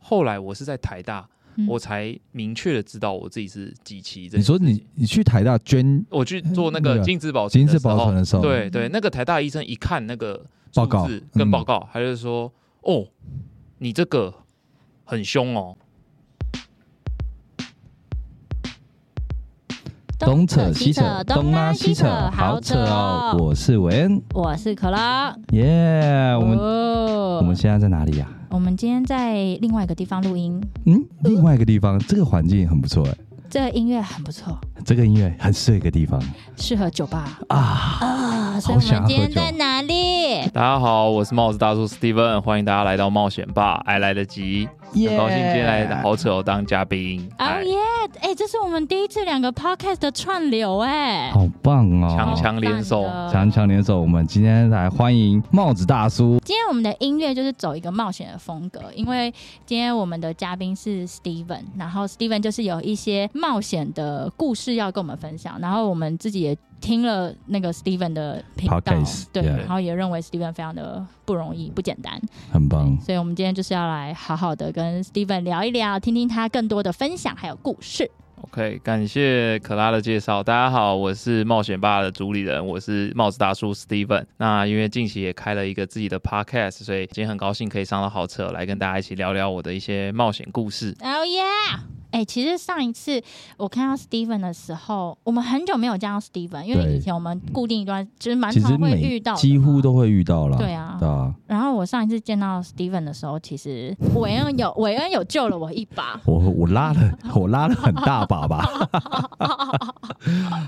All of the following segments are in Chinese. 后来我是在台大，嗯我才明确的知道我自己是几期。你说你你去台大捐我去做那那个个精子保精的子时保候存的时候，对对，那个台大医生一看那个报数告字跟报嗯告，他就说：“哦，你这个很凶哦。东扯西扯，东拉拉西西扯扯，，好好扯扯哦！哦！我是韦恩，我是可乐，耶、我们、哦我们现在在哪里呀、我们今天在另外一个地方录音，嗯，另外一个地方，这个环境很不错哎，这个音乐很不错，这个音乐很适合一个地方适合酒吧啊。啊。所以好我想们今天喝酒在哪里？”大家好，我是帽子大叔 Steven，欢迎大家来到冒险吧，爱来得及，很高兴今天来好扯哦当嘉宾。哦哎耶！哎，这是我们第一次两个 podcast 的串流哎，好棒哦！强好强联手棒的强强联手，我们今天来欢迎帽子大叔。今天我们的音乐就是走一个冒险的风格，因为今天我们的嘉宾是 Steven，然后 Steven 就是有一些冒险的故事要跟我们分享，然后我们自己也听了那个 Steven 的频道 Podcast，对 yeah 然后也认为 Steven 非常的不容易、不简单，很棒，所以我们今天就是要来好好的跟 Steven 聊一聊，听听他更多的分享还有故事。 OK，感谢可拉的介绍。大家好，我是冒险吧的主理人，我是帽子大叔 Steven。那因为近期也开了一个自己的 Podcast，所以今天很高兴可以上到好车来跟大家一起聊聊我的一些冒险故事。哦耶！哎，其实上一次我看到 Steven 的时候，我们很久没有见到 Steven，因为对以前我们固定一段，就是蛮其实常会每遇到的嘛，几乎都会遇到啦。对啊对啊，然后我上一次见到 Steven 的时候，其实韦恩有韦恩有救了我一把。我我拉了， 我拉了很大把吧。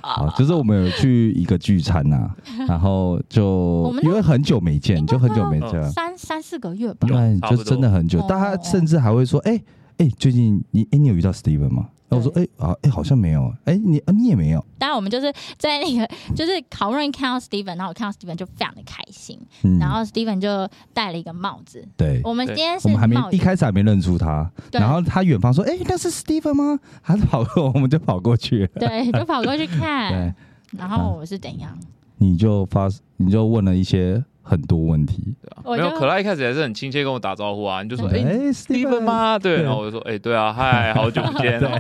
好，就是我们有去一个聚餐呐、 然后就我们那因为很久没见，应该就很久没快见要了，三三四个月吧，那哦差不就多真的很久。哦大家甚至还会说：“哎、哎、最近你哎、你有遇到 Steven 吗？”然后我说：“哎、啊哎、好像没有。哎、你啊你也没有。当然我们就是在那个，就是好不容易看到 Steven，然后我看到 Steven 就非常的开心，嗯”然后 Steven 就戴了一个帽子。对，我们今对天是我们还没帽一子，开始还没认出他，对然后他远方说：“哎、那是 Steven 吗？”他跑过，我 们就跑过去了。对，就跑过去看 对，，啊然后我是怎样？你就发，你就问了一些很多问题。对啊，我没就嗯有可拉一开始还是很亲切跟我打招呼啊，你就说哎、哎、s t e v e Steven n？吗？对，对然后我就说哎、对啊，嗨，好久不见。啊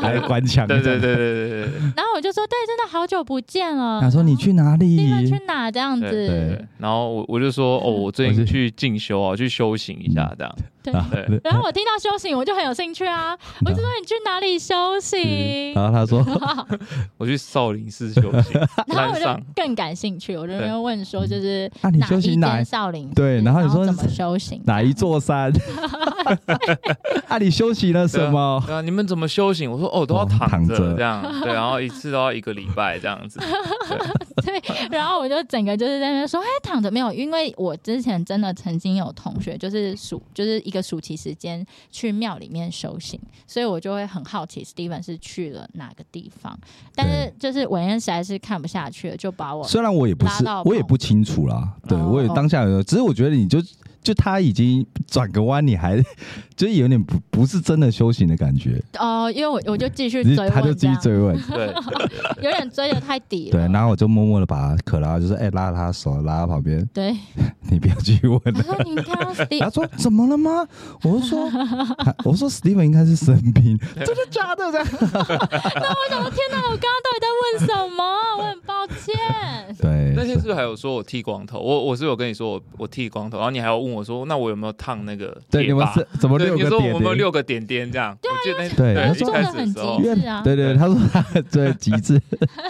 哎来关墙。对对对对对对对然后我就说，对，真的好久不见了。他说你去哪里？ Steven 去哪这样对子？对。然后我我就说哦，我最近去进修啊，去修行一下这样。对。啊对然后我听到修行，我就很有兴趣 啊，我就说你去哪里修行？然后他说我去少林寺修行，然后山我上就。更感兴趣，我就没有问说就是啊你修行哪一间少林寺对然然后你说怎么修行？哪一座山？啊，你休息了什么？对啊，你们怎么修行？我说哦，都要哦躺躺着、着这样，对，然后一次都要一个礼拜这样子， 对，然后我就整个就是在那边说，哎，躺着没有？因为我之前真的曾经有同学就是暑就是一个暑期时间去庙里面修行，所以我就会很好奇 Steven 是去了哪个地方，但是就是韦恩实在是看不下去了，就把我虽然我也不是拉到，我也不清楚啦。对哦我也当下有，只是我觉得你就就他已经转个弯，你还 就是有点不不是真的修行的感觉，哦、因为我我就继续你追他就问这继续样，追问。对，有点追的太底对，了，然后我就默默的把可拉就是哎、拉他手拉他旁边，对，啊你不要去问他说你看到哎 Steven 他说怎么了吗？我就 说，啊我说 Steven 应该是生病，真的假的？这样我想说，哦天哪！我刚刚到底在问什么？我很抱 歉。 对，那天是不是还有说我剃光头？我我是有跟你说我我剃光头，然后你还要问我说，那我有没有烫那个对，贴你们疤？是怎么对，六你个说我点们有没有点？六个点点这样？我记得那对他一说开始的时做得候很，点是啊对对，他说 他最极致，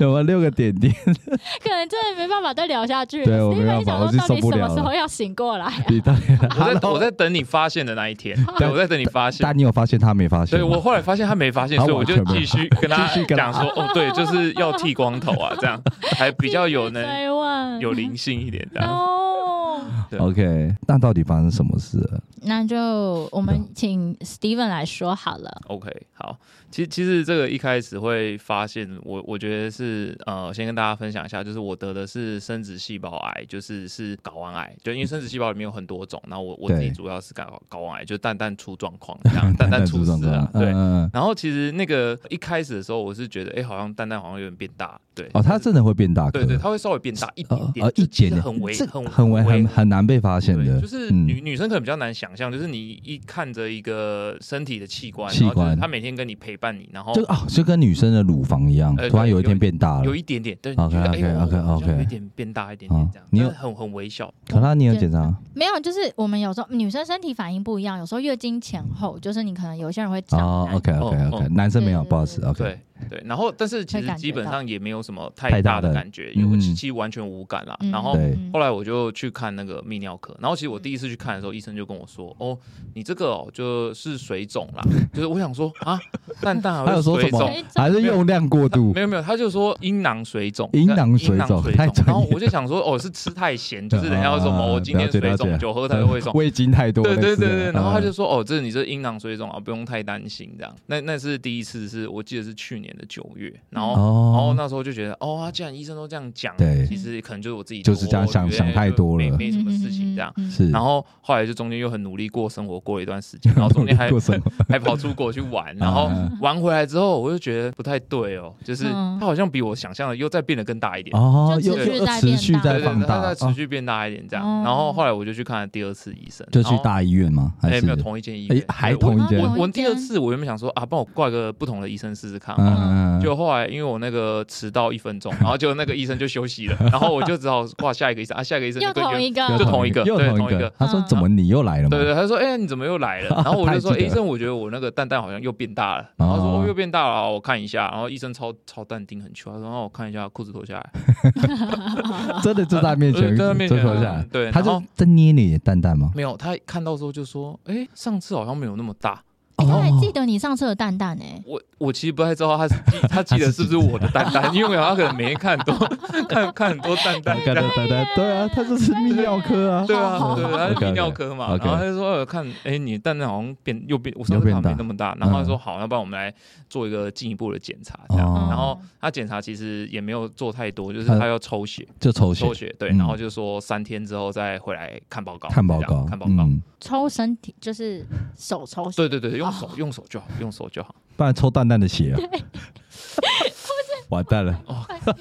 有没有六个点点？可能真的没办法再聊下去了。对我没办法想我是说到受底不什了么时了候要醒过来？你到底 哦我在我在等你发现的那一 天，对，我在等你发现。但你有发现他没发现对吗？我后来发现他没发现，他所以我就完全没继续跟他继续跟他讲说，哦，对，就是要剃光头啊，这样还比较有 继续能追问有啊灵性一点这样。 No，对 OK，那到底发生什么事了？那就我们请 Steven 来说好了。 OK，好，其实其实这个一开始会发现，我我觉得是呃，先跟大家分享一下，就是我得的是生殖细胞癌，就是是睾丸癌，就因为生殖细胞里面有很多种，然后我我自己对主要是睾睾丸癌，就蛋蛋出状况这 样，蛋蛋出状事啊况，，对嗯。嗯嗯然后其实那个一开始的时候，我是觉得，哎、好像蛋蛋好像有点变大，对，哦，他就是真的会变大颗，对对，它会稍微变大一点呃点，呃就一点就点，很微这很很微很很难被发现的，对，就是嗯女、女生可能比较难想象，就是你一看着一个身体的器官，器官然后就是她每天跟你陪伴你，然后就啊，就跟女生的乳房一样，呃突然哦对有一天有变大了有。一点点，对 OK，OK，你觉得哎我 OK，我好像 OK 有一点变大一点点啊这样，你有但是很很微小，可拉，你有检查？没有，就是我们有时候女生身体反应不一样，有时候月经前后，就是你可能有些人会长哦男，OK 哦 OK 哦 OK，男生没有，对对不好意思，OK。对对，然后但是其会实感觉基本到上也没有什么太太大大的的感觉，因为我嗯其实完全无感啦。嗯然后对嗯后来我就去看那个泌尿科，然后其实我第一次去看的时候，医生就跟我说：“哦，你这个哦就是水肿啦。” 就是我想说啊，蛋蛋还还有会说什水么肿？水肿还是用量过度啊没？有没有，他就说阴囊水肿，阴囊水肿阴囊水太肿。专业然后我就想说，哦，是吃太 咸，就是人家说什么啊我今天了解水了解，肿，酒喝太多会肿味精太多。对对类似对的对，然后他就说：“哦，这你这阴囊水肿啊，不用太担心。”这样，那那是第一次，是我记得是去年的九月，然后、然后哦，那时候就觉得，哦，啊既然医生都这样讲，对其实可能就是我自己就是多这样想觉得想太多了没没什么事情这样。嗯嗯嗯嗯是，然后后来就中间又很努力过生活，过了一段 时间，然后中间还过什么？ 还跑出国去玩，嗯然后玩回来之后，我就觉得不太对哦，就是嗯它好像比我想象的又再变得更大一点。哦，就又持续又在持变续大对在对对放，大它在持哦续变大一点这样，哦然后后来我就去看了第二次医生，就去然后大医院吗？还哎，没有是？同一间医哎院，还对我同一间我同一我第二间次我原本想说啊，帮我挂个不同的医生试试看好了。嗯，就后来因为我那个迟到一分钟，然后就那个医生就休息了，然后我就只好挂下一个医生啊，下一个医生又就更同远。一个，就同一个又对同同一一个个。他说：“怎么你又来了嘛？”对对，他就说：“哎、你怎么又 来了？”然后我就说：“太记哎得医生，我觉得我那个蛋蛋好像又变大了。”然后他说：“哦哦，又变大了啊，我看一下。”然后医生超超淡定，很糗，他说：“哦，我看一下，裤子脱下来。真的就在他面前，呃在他面前就脱下来嗯，对他然就后在捏你的蛋蛋吗”？没有，他看到之后就说：“哎、上次好像没有那么大。哎哦他还记得你上次的蛋蛋哎，我”我其实不太知道他是记他记得是不是我的蛋蛋，因为他可能每天看很多 看看很多蛋蛋 对这对样。对对对啊，他就是泌尿科啊，对啊，好对，好他是 OK，OK，泌尿科嘛 OK 然后他就说呃看，哎，你蛋蛋好像变又变，我上又次变好像没大那么大，然后他说嗯好，要不然我们来做一个进一步的检查，这样。哦然后他检查其实也没有做太多，就是他他要抽血，就抽血抽血，对，嗯然后就说三天之后再回来看报告，看报这告，样看报告。嗯，抽身体就是手抽血，对对对，用手哦用手就好，用手就好， 不然抽蛋蛋的血啊， 完蛋了，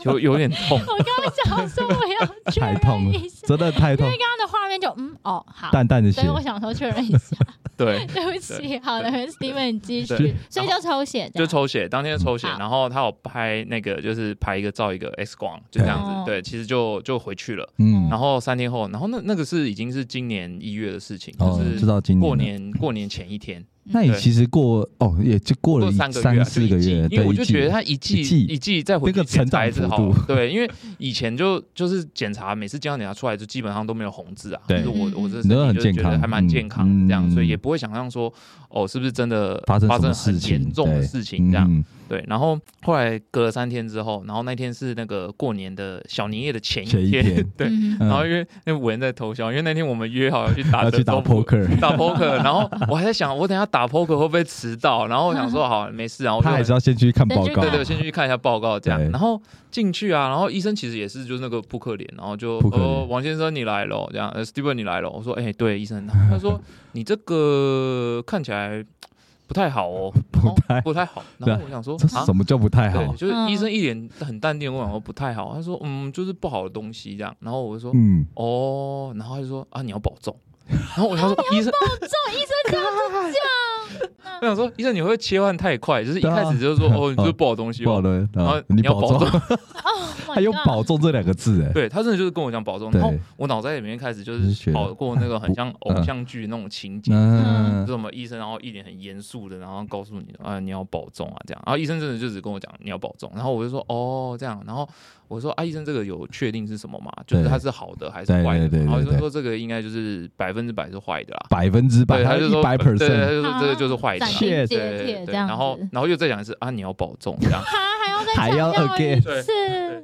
有有点痛。我刚刚想说我要确太痛认了一下，，真的太痛因为，刚刚的画面就嗯哦好，蛋蛋的血所以，我想说确认一 下，对， 对啊不起，好的，Steven 你继对续，所以就抽血就这样，抽血，当天就抽血，好然后他有拍那个就是拍一个照一个 X 光，就这样哦子。对，其实就就回去了。嗯，然后三天后，然后那那个是已经是今年一月的事情，哦就，知是道今过了，年过年前一天，那嗯你其实过哦，也就过了过一三个月、啊、就四个一季月，因为对我就一季觉得他一季一季一季再回那去个检成查长一次幅好了度，对，因为以前就就是检查，每次健康检查出来就基本上都没有红字啊，就对是我我这你都身很体就健觉得康还蛮嗯健康的这样，嗯所以嗯也不会想象说哦是不是真的发生发什生么事很情严重的对事情这样，嗯对，然后后来隔了三天之后，然后那天是那个过年的小年夜的前一前 一天对。嗯嗯然后因为那文在偷笑，因为那天我们约好要去打要去德打州扑 poker，打 poker，然 后我还在想，我等一下打 poker 会不会迟到？然后我想说好没事，然啊后我就他还是要先去看报告对，对，先去看一下报告这样对，然后进去啊，然后医生其实也是就是那个扑克脸，然后就扑克脸哦王先生你来了这样，呃 Steven 你来了，我说哎、对医生，他说你这个看起来不太好哦， 不太不太好，对然后我想说这啊什。么叫不太对，好？就是嗯医生一脸很淡定，跟我讲说不太好。他说嗯，就是不好的东西这样。然后我就说嗯，哦，然后他就说啊，你要保重。然后我 想说，医生， 我想说，医生你会不会切换太快，就是一对啊开始 就是说哦，你就是不好东西不好哦。的，然后啊你你要保保重，还 还有“保重”这两个字，哎，对他真的就是跟我讲保重，对然后我脑袋里面开始就就是是觉得跑过那个很像 嗯偶像剧那种情节，嗯就，什么医生，然后一脸很严肃的，然后告诉你啊你要保重啊这样，然后医生真的就只跟我讲你要保重，然后我就说哦这样，然后我说啊医生这个有确定是什么吗？就是对它是好的还是对坏的？对对对然后医生对说这个应该就是百分之百是坏的啦，百分之百，对，他他就说一百对对，他 percent，就说这个就是坏的啦，斩钉谢谢截铁对这对，样子，然后然后又再讲一次啊你要保重这样。他还要再还要强调 again 一对 次，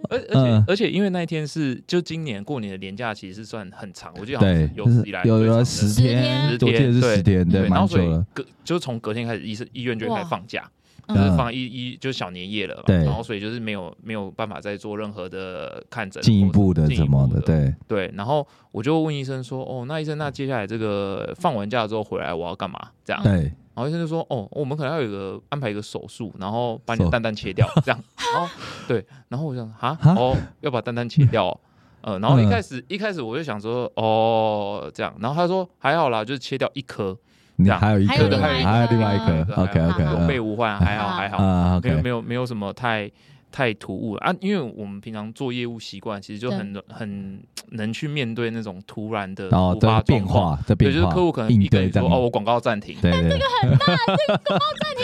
而而且、嗯而且，因为那一天是就今年过年的年假，其实是算很长，我记得好像对是，有就史是以来有最长有的十天天，十我记得天是对十天，对，然蛮后所久以了。隔就是从隔天开始，医生医院就会开始放假，哇就是嗯放一一就是小年夜了嘛，对然后所以就是没有没有办法再做任何的看诊，进一步的或者是怎么进一步嗯的，对，对，然后我就问医生说，哦，那医生，那接下来这个放完假之后回来我要干嘛？这样，对，然后医生就说：“哦，我们可能要有一个安排一个手术，然后把你的手 哦蛋蛋切掉，这样。”然后对，然后我想啊，哈哦，要把蛋蛋切掉哦、呃，然后一嗯开始、一开始我就想说，哦，这样，然后他说还好啦，就是切掉一颗，你这样还有一还有颗的，另外一颗还有另外一还有一颗颗，OK 还有 OK，有备嗯无患，还好啊还好，啊没有没，OK，有没有什么太太突兀了啊，因为我们平常做业务习惯，其实就对很很能去面对那种突然的然后突发这变状况。化，这啊对，哦变就化，是客户可能一应个对人这说样，哦，我广告暂停，哦对对，这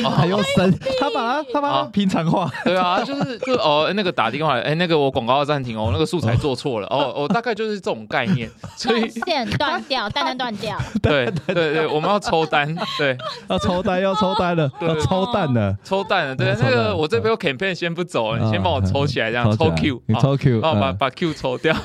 个很用深，他把它他把它啊平常化， 对啊，就是就哦，那个打电话来，哎，那个我广告暂停哦，那个素材做错 了哦，哦，大概就是这种概念，所以断线 断掉，蛋蛋断掉，对对对，我们要抽单，对，要抽单要抽单了，对要抽蛋了，啊抽单的，对要，抽那单啊个我这边有 campaign 先不走，你先帮我抽起来，这样抽抽起来 Q，你啊抽 Q，然后把嗯把 Q 抽 掉，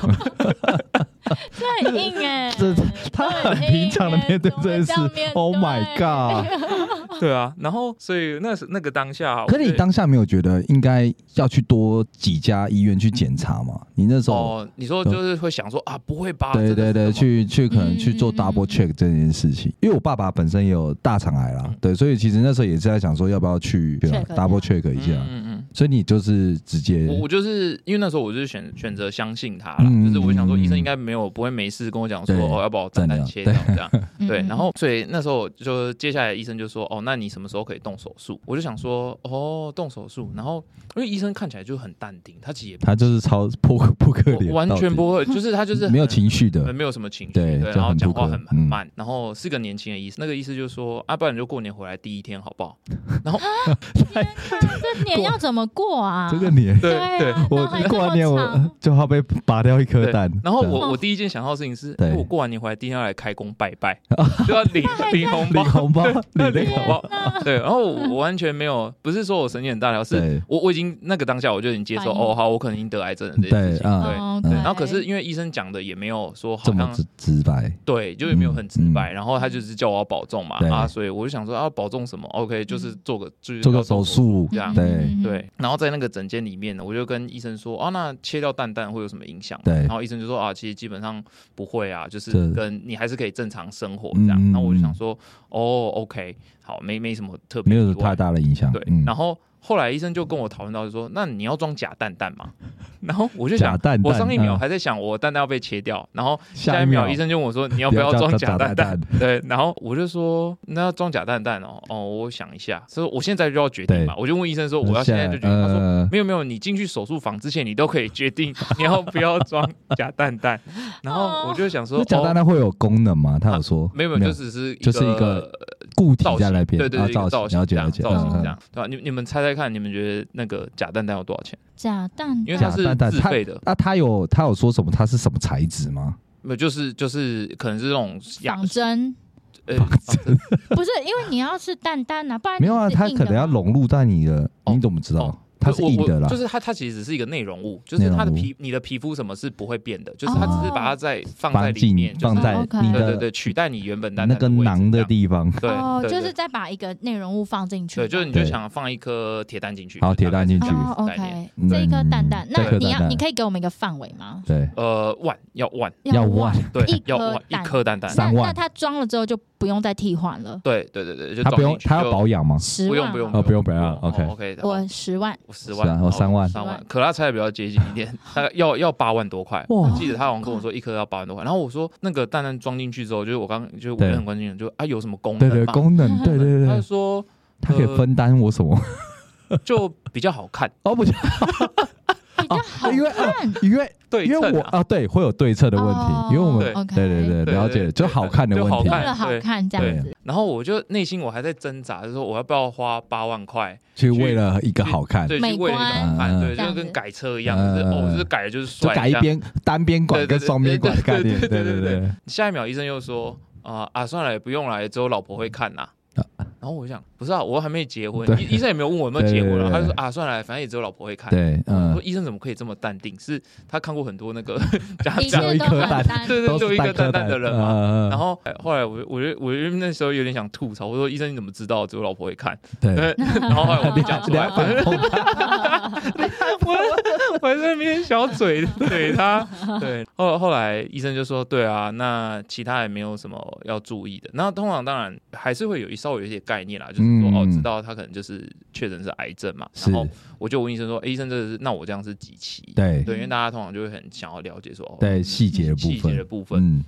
这很硬哎、欸这 他很平常的面对这件事怎么会这样面对，Oh my god！对啊，然后所以那时那个当下啊，可我是你觉得当下没有觉得应该要去多几家医院去检查吗？你那时候，哦，你说就是会想说啊，不会吧？对真的对是对，吗去去可能嗯去做 double check 这件事情，因为我爸爸本身也有大肠癌啦嗯，对，所以其实那时候也是在想说要不要去 Check 一下 double check 一下，嗯嗯所以你就是直嗯，接我我就是因为那时候我就是选选择相信他了，嗯就是我想说嗯医生嗯应该没有不会没事跟我讲说对哦，要把我胆真的胆切掉这样。嗯对，然后所以那时候就接下来医生就说，哦，那你什么时候可以动手术？我就想说，哦，动手术。然后因为医生看起来就很淡定，他其实也他就是超扑扑克不脸，完到全底不 会，就是他就是没有很情绪的很，没有什么情绪，对就然后很讲不话可很很嗯慢，然后是个年轻的医生，那个医师就说，啊，不然你就过年回来第一天好不 好？这年要怎么过啊？这个 脸，对啊对我脑海过完这年么我长就要被拔掉一颗蛋，然后对哦我我第一件想到的事情是，对哎我过完年回来第一天要来开工拜 拜，就要领领红包领，红包，领那领个红包。对，然后我我完全没有，不是说我神经很大条，是对我我已经那个当下我就已经接受，反应哦，好，我可能已经得癌症了这件事情。对啊对，哦对然后可是因为医生讲的也没有说这好么像直直白，对，就也没有很直白，然后他就是叫我要保重嘛对啊，所以我就想说啊，保重什么？OK，就是嗯做个就是做个要手做术这样，对对，然后在那个诊间里面呢，我就跟医生说啊，那切掉蛋蛋会有什么影响吗？对然后医生就说啊，其实基本上不会啊，就是这跟你还是可以正常生活嗯这样。嗯然后我就想嗯说，哦，OK，好，没没什么特别没有意外太大的影响。对，嗯然后后来医生就跟我讨论到，就说那你要装假蛋蛋吗？然后我就假想，蛋蛋，我上一秒嗯还在想我蛋蛋要被切掉，然后下下一秒医生就问我说你要不要装假蛋蛋？蛋？ 对，然后我就说那要装假蛋蛋哦，哦，我想一下，所以我现在就要决定嘛，我就问医生说我要现在就决定，他说。呃没有没有，你进去手术房之前，你都可以决定你要不要装假蛋蛋。然后我就想说那，假蛋哦、蛋会有功能吗？他有说没有没有，就只是就是一个固体造在型，那边，对对啊对，一个造型，了解这了样解，造型嗯这样，对吧？你你们猜猜看，你们觉得那个假蛋蛋要多少钱？假蛋因为它蛋假是蛋蛋自费的，那他有他有说什么？他是什么材质吗？没有，就是就是可能是这种亚仿 真，呃仿真不是因为你要是蛋蛋啊，不然没有啊，你是他硬可的能要嘛融入在你的，哦你怎么知道哦？它是我硬的啦我就，是它它其实只是一个内容物，就是它的内容物皮你的皮肤什么是不会变的，就是它只是把它在放在放里面进，就是放在哦哦，OK 你对对的对，取代你原本蛋那蛋位个置囊这的样地方，对，哦，对就对是再把一个内容物放进去嘛，对，就是你就对想放一颗铁蛋进去，好铁蛋进去哦概念，OK，这一颗蛋蛋嗯，那这颗你蛋要蛋你可以给我们一个范围吗？对，呃，万要万，要万，对一，要颗万一蛋颗蛋蛋，三那万那它装了之后就不用再替换了，对对对对，就他不装进用，去他就要保养吗？十不万用啊不用哦不用不用哦 OK OK，我十万，十是啊万，我三万三万三。万可拉猜的比较接近一 点，大概要要八万多块。哇我记得他好像跟我说一颗要八万多块，然后我说那个蛋蛋装进去之后，就是我刚就是我对很关心，就啊有什么功能对吗？对，功能，对对他就对，说他可以分担我什么？ 就比较好看，哦，不是，比较好哦啊因为看。因为对因为称我啊，啊，对，会有对策的问哦题，因为我们，OK 对对对，对了对解，对就好看的就问好题，为看了好对看这样子，然后我就内心我还在挣扎，就是说我要不要花八万块，去为了一个好看，对，美去为了一个好看，观对，这就样子跟改车一样，就是哦，就是改了就是嗯就帅，改一这样边单边管跟双边管的概念，对对对对对对对对对，下一秒医生又说啊、啊，算了，也不用了，只有老婆会看呐、啊然后我想，不是啊，我还没结婚对，医医生也没有问我有没有结婚对啊，对 对他就说啊，算了，反正也只有老婆会看。对，我嗯说，医生怎么可以这么淡定？是他看过很多那个假 一假，只有切一都颗很蛋单，对对，都就是一个淡颗淡的人嘛。嘛然后哎后来我我就我就那时候有点想吐槽，我说医生你怎么知道只有老婆会看？对，对，然后后来我你就讲讲出来 两，反通，我还在那边 小嘴怼他，对，后后来医生就说，对啊，那其他也没有什么要注意的。那通常当然还是会有一稍微有一些概念啦，就是说嗯哦，知道他可能就是确诊是癌症嘛，是然后我就问医生说，哎，医生这是那我这样是几期？对对，因为大家通常就会很想要了解说，哦，嗯对细节的部细节的分，部分。嗯，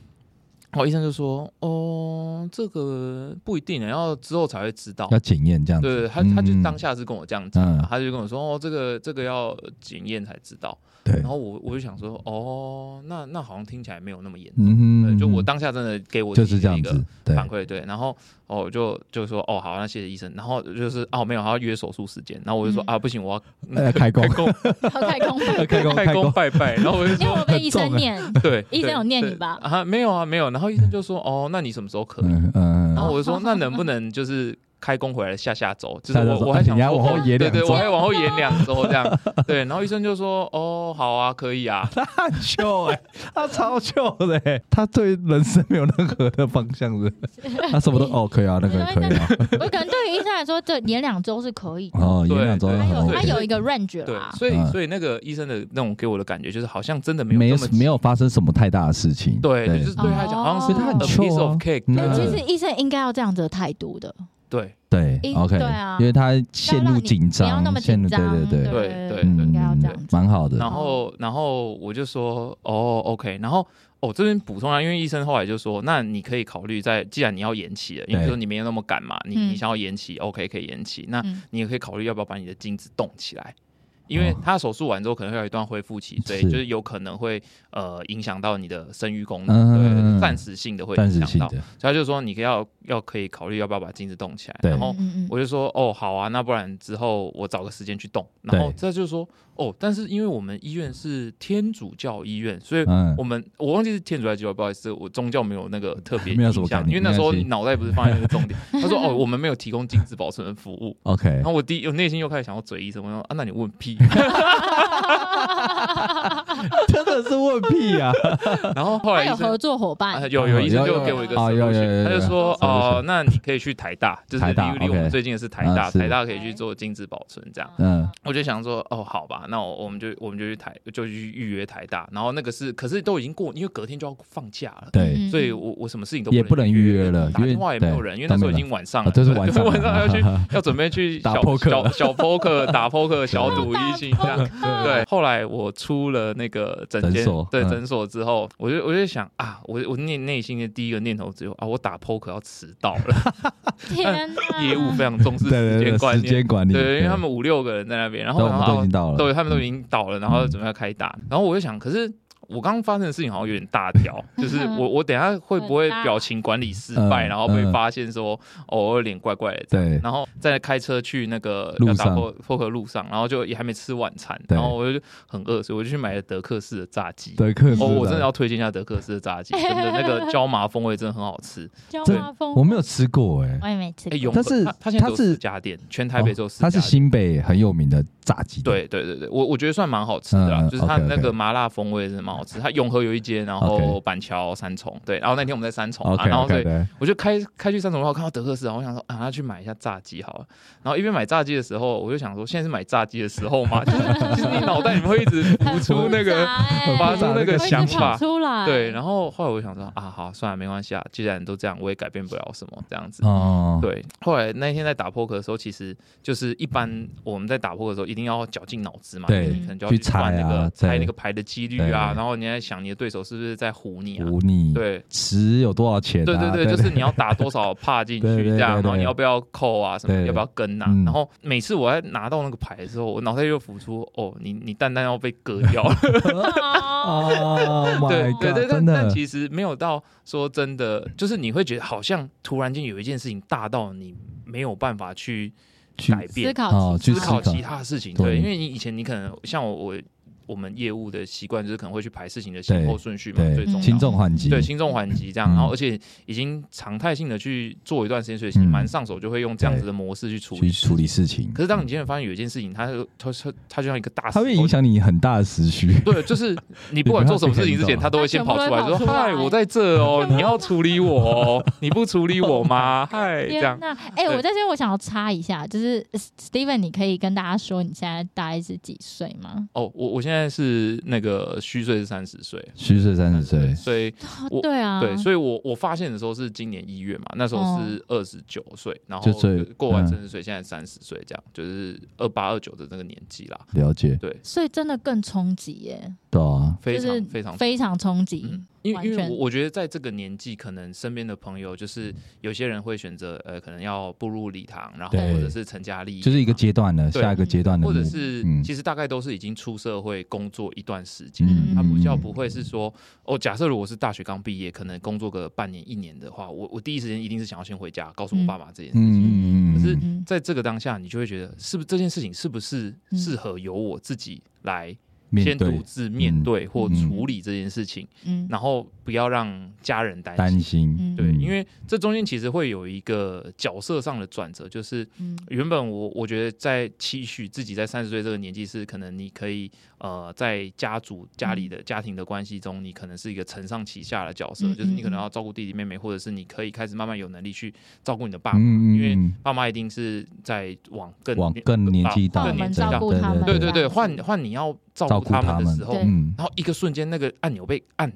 然后医生就说，哦，这个不一定，啊要之后才会知道。要检验这样子，对，他嗯他就嗯当下是跟我这样讲啊、嗯他就跟我说，哦，这个这个要检验才知道。对然，后我我就想说，哦，那那好像听起来没有那么严重。嗯对，哼，就我嗯当下真的给我哼就自己是这的样一个子，对，反馈对，然后哦我就就说哦好，那谢谢医生，然后就是哦没有，还要约手术时间，然后我就说、嗯啊不行，我要呃，开工，开，工好太空泛开 工，开开工工，拜拜，然后我就因为说我被 医很生重啊念， 对，医生对有念对你吧啊没有啊没有，然后医生就说哦那你什么时候可以？嗯嗯然后嗯，我就 说那能不能就是开工回来下下周，就是下下我周我还想你还说往后延对对，两周我还往后延两周这 样，对，然后医生就说哦好啊可以 啊，他很秀欸哎， 他超秀的欸，他对人生没有任何的方向 的，他什么都哦可以啊，那个可以啊，我可能对于医生来说，这连两周是可以的，哦，对演两周对他很有他 OK，有一个 range 对啦，，所以嗯所以那个医生的那种给我的感觉就是好像真的没没有有那么没有发生什么太大的事情，对，就是对他来讲哦好像是所以他很 a piece 秀啊 of cake，嗯但那哎其实医生应该要这样子的态度的，对。对因，OK，对啊因为他陷入紧张，不要那么陷紧入张，对对对对对，应该要这样嗯子。蛮好的，然后，然后我就说，哦，OK。然后，哦，这边补充啊，因为医生后来就说，那你可以考虑在，既然你要延期了，因为对说你没有那么赶嘛，你嗯你想要延期，OK，可以延期。那嗯你也可以考虑要不要把你的精子冻起来，因为哦他手术完之后可能会有一段恢复期，所以是就是有可能会呃影响到你的生育功嗯能，嗯嗯对，嗯暂时性的会暂影时响性到。的，所以他就说，你要要可以考虑要不要把精子冻起来，对然后嗯嗯我就说哦好啊，那不然之后我找个时间去动。然后对这就说哦，但是因为我们医院是天主教医院，所以嗯我，们、我忘记是天主教还是基督教，不好意思，我宗教没有那个特别 没有印什么概象，念因为那时候没关系脑袋不是放在那个重 点。他说哦，我们没有提供精子保存的服务。 OK，然后我第一，我内心又开始想要嘴医生，我说啊，那你问 屁。真的是问屁啊！然后后他来医有合生。作伙啊伴，有有医生有就有给我一个有啊有有 solution，有他就有说哦 solution，那你可以去台大，就是台离大离我们 OK 最近的是台啊大，是台大可以去做精子保存这样。嗯，我就想说，哦，好吧，那我我们就我们就去台就去预约台大，然后那个是，可是都已经过，因为隔天就要放假了， 对，所以我我什么事情都也不能预约了打因为电话也没有对人，因为都那时没候已人经晚上啊了，这是对晚上啊，晚上要去要准备去 打小 poker 小小 poker 打 poker 小赌怡情这 样。对，对，后来我出了那个诊诊间所，对嗯诊所之后，我就我就想啊，我我内内心的第一个念头只有啊，我打 poker 要迟到了， 天哪，业务非常重嗯视对时对间对，观时念，间管理，对，因为他们五六个人在那边，然对后我然后们都已经到了，对他们都已经倒了，然后准备要开打，然后我就想，可是我刚刚发生的事情好像有点大条，就是我我等一下会不会表情管理失败，嗯然后被发现说哦我有点怪怪的这样。对然后在开车去那个路要打上破破壳路上，然后就也还没吃晚餐，对然后我就很饿，所以我就去买了德克士的炸鸡。德克士，哦，我真的要推荐一下德克士的炸鸡，真的那个椒麻风味真的很好 吃。交对麻风，我没有吃过哎我，也没吃哎，过永，但是和它它现在它只有是四家店，全台北只有四家哦它是店。新北很有名的炸鸡，，对对对对，我我觉得算蛮好吃的啦，嗯嗯就是它 OK，OK 那个麻辣风味是蛮好吃。它永和有一间，然后 OK 板桥三重，对，然后那天我们在三重嘛 OK，哦然后 OK，对，对，我就开开去三重，然后看到德克士，然后我想说啊，那去买一下炸鸡好了。然后一边买炸鸡的时候，我就想说，现在是买炸鸡的时候嘛， 就是就是你脑袋里面会一直浮出那个。哎啊很发复出杂那个会一直想跑法，出来，对，然后后来我就想说啊，好，算了，没关系啊，既然都这样，我也改变不了什么，这样子。哦，对，后来那一天在打破壳的时候，其实就是一般我们在打破壳的时候，一定要绞尽脑汁嘛，对因为你可能就要去算猜那啊个对猜那个牌的几率啊，然对后你在想你的对手是不是在唬你啊？唬你，，对。吃有多少钱啊？对对对，就是你要打多少帕进去 对对对这样，对然对后你要不要扣啊，什么对要不要跟啊嗯？然后每次我在拿到那个牌的时候，我脑袋就浮出哦，你你蛋蛋要被割 掉了。哦，哦 对 my 对对，Oh god，但但真的，其实没有到说真的，就是你会觉得好像突然间有一件事情大到你没有办法去去改变思，考哦其去思他考思考其他的事情。对对，因为你以前你可能像我我我们业务的习惯就是可能会去排事情的先对后顺序嘛，最对重轻要。重缓急，对轻重缓急这样，嗯然后而且已经常态性的去做一段时间，所以其实嗯蛮上手，就会用这样子的模式去处去理。处理事情可，是当你今天发现有一件事情，它就它它它就像一个大石它会头影，响你很大的时序。对，就是你不管做什么事情之前，你不要自己它都会先跑出来它全部说都：“会跑出来嗨，我在这 哦，你要处理我哦，你不处理我吗？嗨，这样天。呐，对哎、我在这边我想要呃插一下，就是 Steven，你可以跟大家说你现在大概是几岁吗？哦，我我现在在是那个虚岁是三十岁， 虚岁三十岁，所以我对啊，对，所以我我发现的时候是今年一月嘛，那时候嗯是二十九岁，然后就最过完嗯三十岁，现在三十岁，这样嗯就是二八二九的那个年纪啦。了解，对，所以真的更冲击耶，对啊，非就是常非常非常冲击。嗯，因为完因为全我我觉得在这个年纪，可能身边的朋友就是有些人会选择呃，可能要步入礼堂，然后对或者是成家立业嘛，就是一个阶段了，对下一个阶段的或目，者是嗯其实大概都是已经出社会工作一段时间，嗯他比较不会是说哦，假设如果是大学刚毕业，可能工作个半年一年的话，我我第一时间一定是想要先回家告诉我爸妈这件事情。嗯嗯嗯，可是嗯在这个当下，你就会觉得是不是这件事情是不是嗯适合由我自己来面先独对自面对或嗯处理这件事情，嗯然后不要让家人担担心。心，嗯对，因为这中间其实会有一个角色上的转折，就是嗯原本我我觉得在期许自己在三十岁这个年纪是可能你可以呃在家族家里的家庭的关系中，你可能是一个承上启下的角色，嗯就是你可能要照顾弟弟妹妹，或者是你可以开始慢慢有能力去照顾你的爸妈，因为嗯爸妈一定是在往更往更年纪大更的年纪这样大照顾他们对对对，嗯换换你要照照顾顾他他们的们时候对，嗯然后一个瞬间那个按钮被按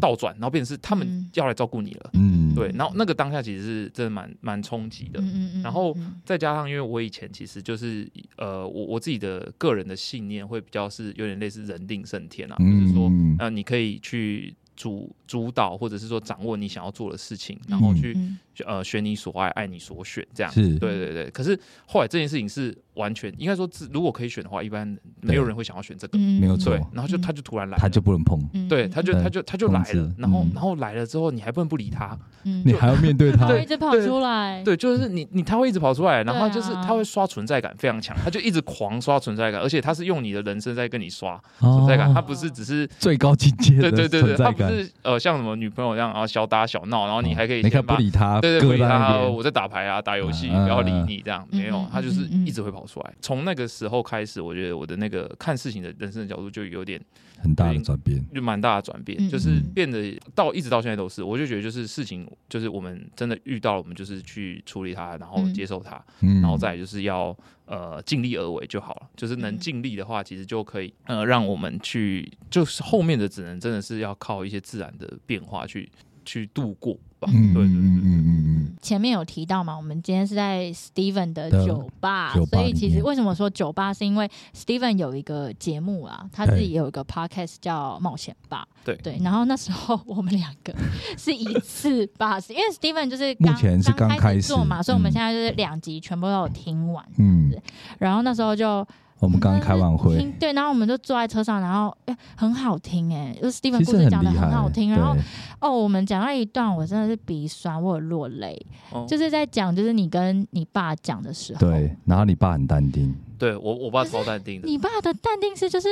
倒转，然后变成是他们嗯要来照顾你了。嗯，对，然后那个当下其实是真的蛮蛮冲击的，嗯嗯嗯，然后嗯再加上因为我以前其实就是呃，我我自己的个人的信念会比较是有点类似人定胜天啊，就是说，嗯呃，你可以去主主导或者是说掌握你想要做的事情，然后去、嗯呃选你所爱，爱你所选这样。是对对对，可是后来这件事情是完全应该说自，如果可以选的话，一般没有人会想要选这个。嗯没有错对，然后就他就突然来了，他就不能碰，嗯对，他就对他就他就来控了制，然后嗯然后来了之后，你还不能不理他，嗯你还要面对他他，会一直跑对出来，对，就是你你他会一直跑出来，然后他就是对啊他会刷存在感非常强，他就一直狂刷存在感，而且他是用你的人生在跟你刷存在感，他哦不是只是最高境界对对对的对，存他在不感，是呃像什么女朋友一样，然后小打小闹，然后你还可以你看先不把理他，对对搁不理在他，那哦边我在打牌啊，打游戏，嗯不要理嗯嗯你这样，没有嗯，他就是嗯嗯一直会跑出来。从那个时候开始，我觉得我的那个看事情的人生的角度就有点很大的转变，就蛮大的转变，嗯就是嗯变得到一直到现在都是，我就觉得就是事情就是我们真的遇到了，我们就是去处理它，然后嗯接受它，嗯，然后再来就是要呃尽力而为就好了。就是能嗯尽力的话，其实就可以呃让我们去，就是后面的只能真的是要靠一些自然的变化去去度过吧。嗯，嗯对对嗯对，嗯嗯前面有提到嘛，我们今天是在 Steven 的的酒吧，酒吧所以其里实面为什么说酒吧，是因为 Steven 有一个节目啊，他自己有一个 podcast 叫《冒险吧》，对对。然后那时候我们两个 是一次吧，因为 Steven 就是目刚前是刚刚开始做嘛，所以我们嗯现在就是两集全部都有听完。嗯嗯，然后那时候就我们刚刚开完我们会听，对，然后我们就坐在车上，然后哎、很好听哎、就是 Steven 其故实事很讲的厉害，很好听，然后对哦，我们讲到一段，我真的是鼻酸，我有落泪。哦就是在讲，就是你跟你爸讲的时候，对，然后你爸很淡定，对我我爸超淡定的，你爸的淡定是就是，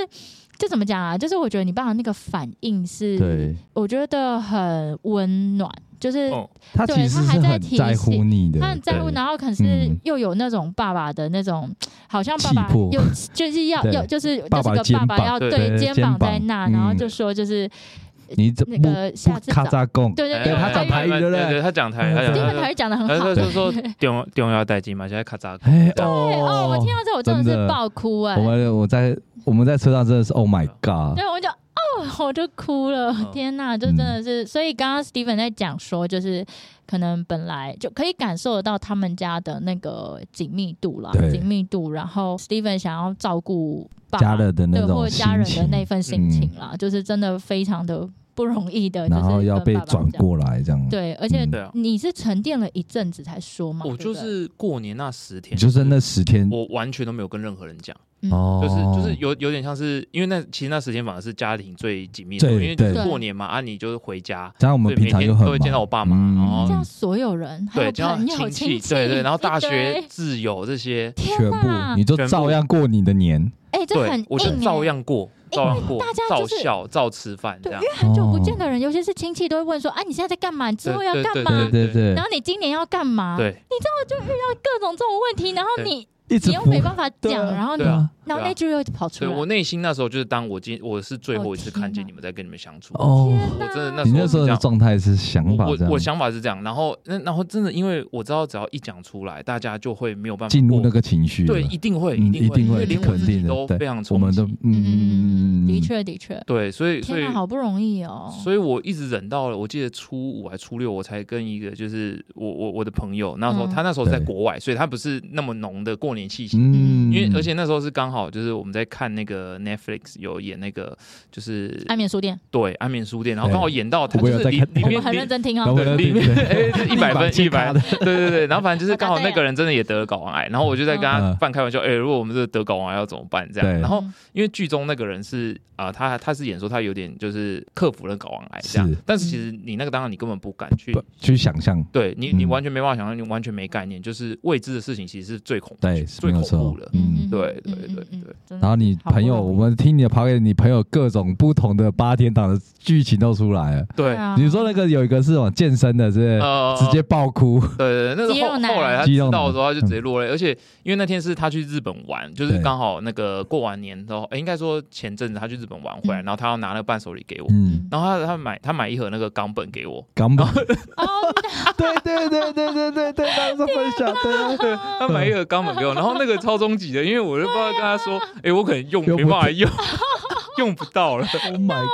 这怎么讲啊？就是我觉得你爸的那个反应是，对我觉得很温暖，就是哦他对其实他还是在很提在乎醒你的，他很在乎，对然后可是嗯又有那种爸爸的那种，好像爸爸气魄有就是要对要就是爸爸就是肩个爸膀爸要对对对肩肩膀膀在那，嗯然后就说就是你怎那不个下次不咔找嚓贡，对对哎对他哎讲哎台语哎对不对对？他讲台语，对他因讲为语台语讲的很他好说。就是说重重要代金嘛，现在卡扎。哎对哦，我听到这我真的真是的爆哭哎、我们我在我们在车上真的是 Oh my God，对，我就哦，我就哭了， 天哪，就真的嗯是，所以刚刚 Steven 在讲说，就是可能本来就可以感受得到他们家的那个紧密度啦，对紧密度，然后 Steven 想要照顾爸家人的那对或种者家人的心情，嗯那份心情啦，就是真的非常的不容易的，然后就是要跟被爸爸转讲。过来这样，对，而且嗯对啊你是沉淀了一阵子才说嘛？我对不就对是过年那十天，就是那十天我完全都没有跟任何人讲。嗯哦，就是就是有有点像是，因为那其实那时间反而是家庭最紧密的，对因为就是对过年嘛，啊，你就是回家，当然我我们平常每又天很都会见到我爸妈，嗯然这样后所有人，还对，有见到朋友、亲戚，对对，然后一大堆学挚友这些，天全哪部，你就全部照样过你的年，哎、这很对硬、，我就欸，照样过，照样过大家，照就是笑，照吃饭这对，样因为，很久不哦见的人，尤其是亲戚，都会问说：“啊，你现在在干嘛？你之后要干嘛？对对对然，后你今年要干嘛？”，啊对各种这种问题，然后你一直你又没办法法对讲，啊然后你对啊，然后那句又跑出所以来，我内心那时候就是，当我今我是最后一次哦天看见哪你们在跟你们相处，哦，我真的那你时候那时是这候的样。状态是想法我这我样我，想法是这样，然后那然后真的，因为我知道只要一讲出来，大家就会没有办法进入过那个情绪了，对，一定会，嗯定一定因会为连我自肯己定的都对非常冲我们都嗯，嗯，的确的确，对，所以所天以哪，好不容易哦，所以我一直忍到了，我记得初五还初六，我才跟一个就是我我我的朋友，那时候、嗯他那时候在对国外，所以他不是那么浓的过年气息。嗯，因为而且那时候是刚好就是我们在看那个 Netflix 有演那个就是安眠书店，对安眠书店，然后对刚好演到他我就有是在里看里我面们很认真听然后哦，我对在里面 对一 百分地一板百切，对对对，然后反 正就是我答刚好对那了个人真的也得了睾丸癌，然后我就在跟他嗯半开玩笑，哎、如果我们这得睾丸癌要怎么办这样？对然后嗯因为剧中那个人是啊、呃他他是演说他有点就是克服了睾丸癌这样是，但是其实你那个当然你根本不敢去，不去想象，对你你嗯完全没办法想象，你完全没概念，就是未知的事情其实是最恐怖对，最没有恐错怖的，，嗯。对对对嗯嗯对嗯对真的然后你好不哦朋友，容易我们听你的 p o 你朋友各种不同的八点档的剧情都出来了。对对。啊你说那个有一个是往健身的，是呃不是直接爆哭，哦对对，那肌是肉后男后来他肌知肉道的男嗯时候，他就直接落泪。而且因为那天是他去日本玩，就是对刚好那个过完年之后，哎，应该说前阵子他去日本玩回来，嗯然后他要拿那个伴手礼给我，嗯，然后他他买他买一盒那个冈本给 我，港本，哦，对 对对对对对对，当时分享，对对对，他买一盒冈本给我，然后那个超终极的，因为我就不啊知道跟他说，哎，我可能用用没不办法用， 用不到 了。 Oh my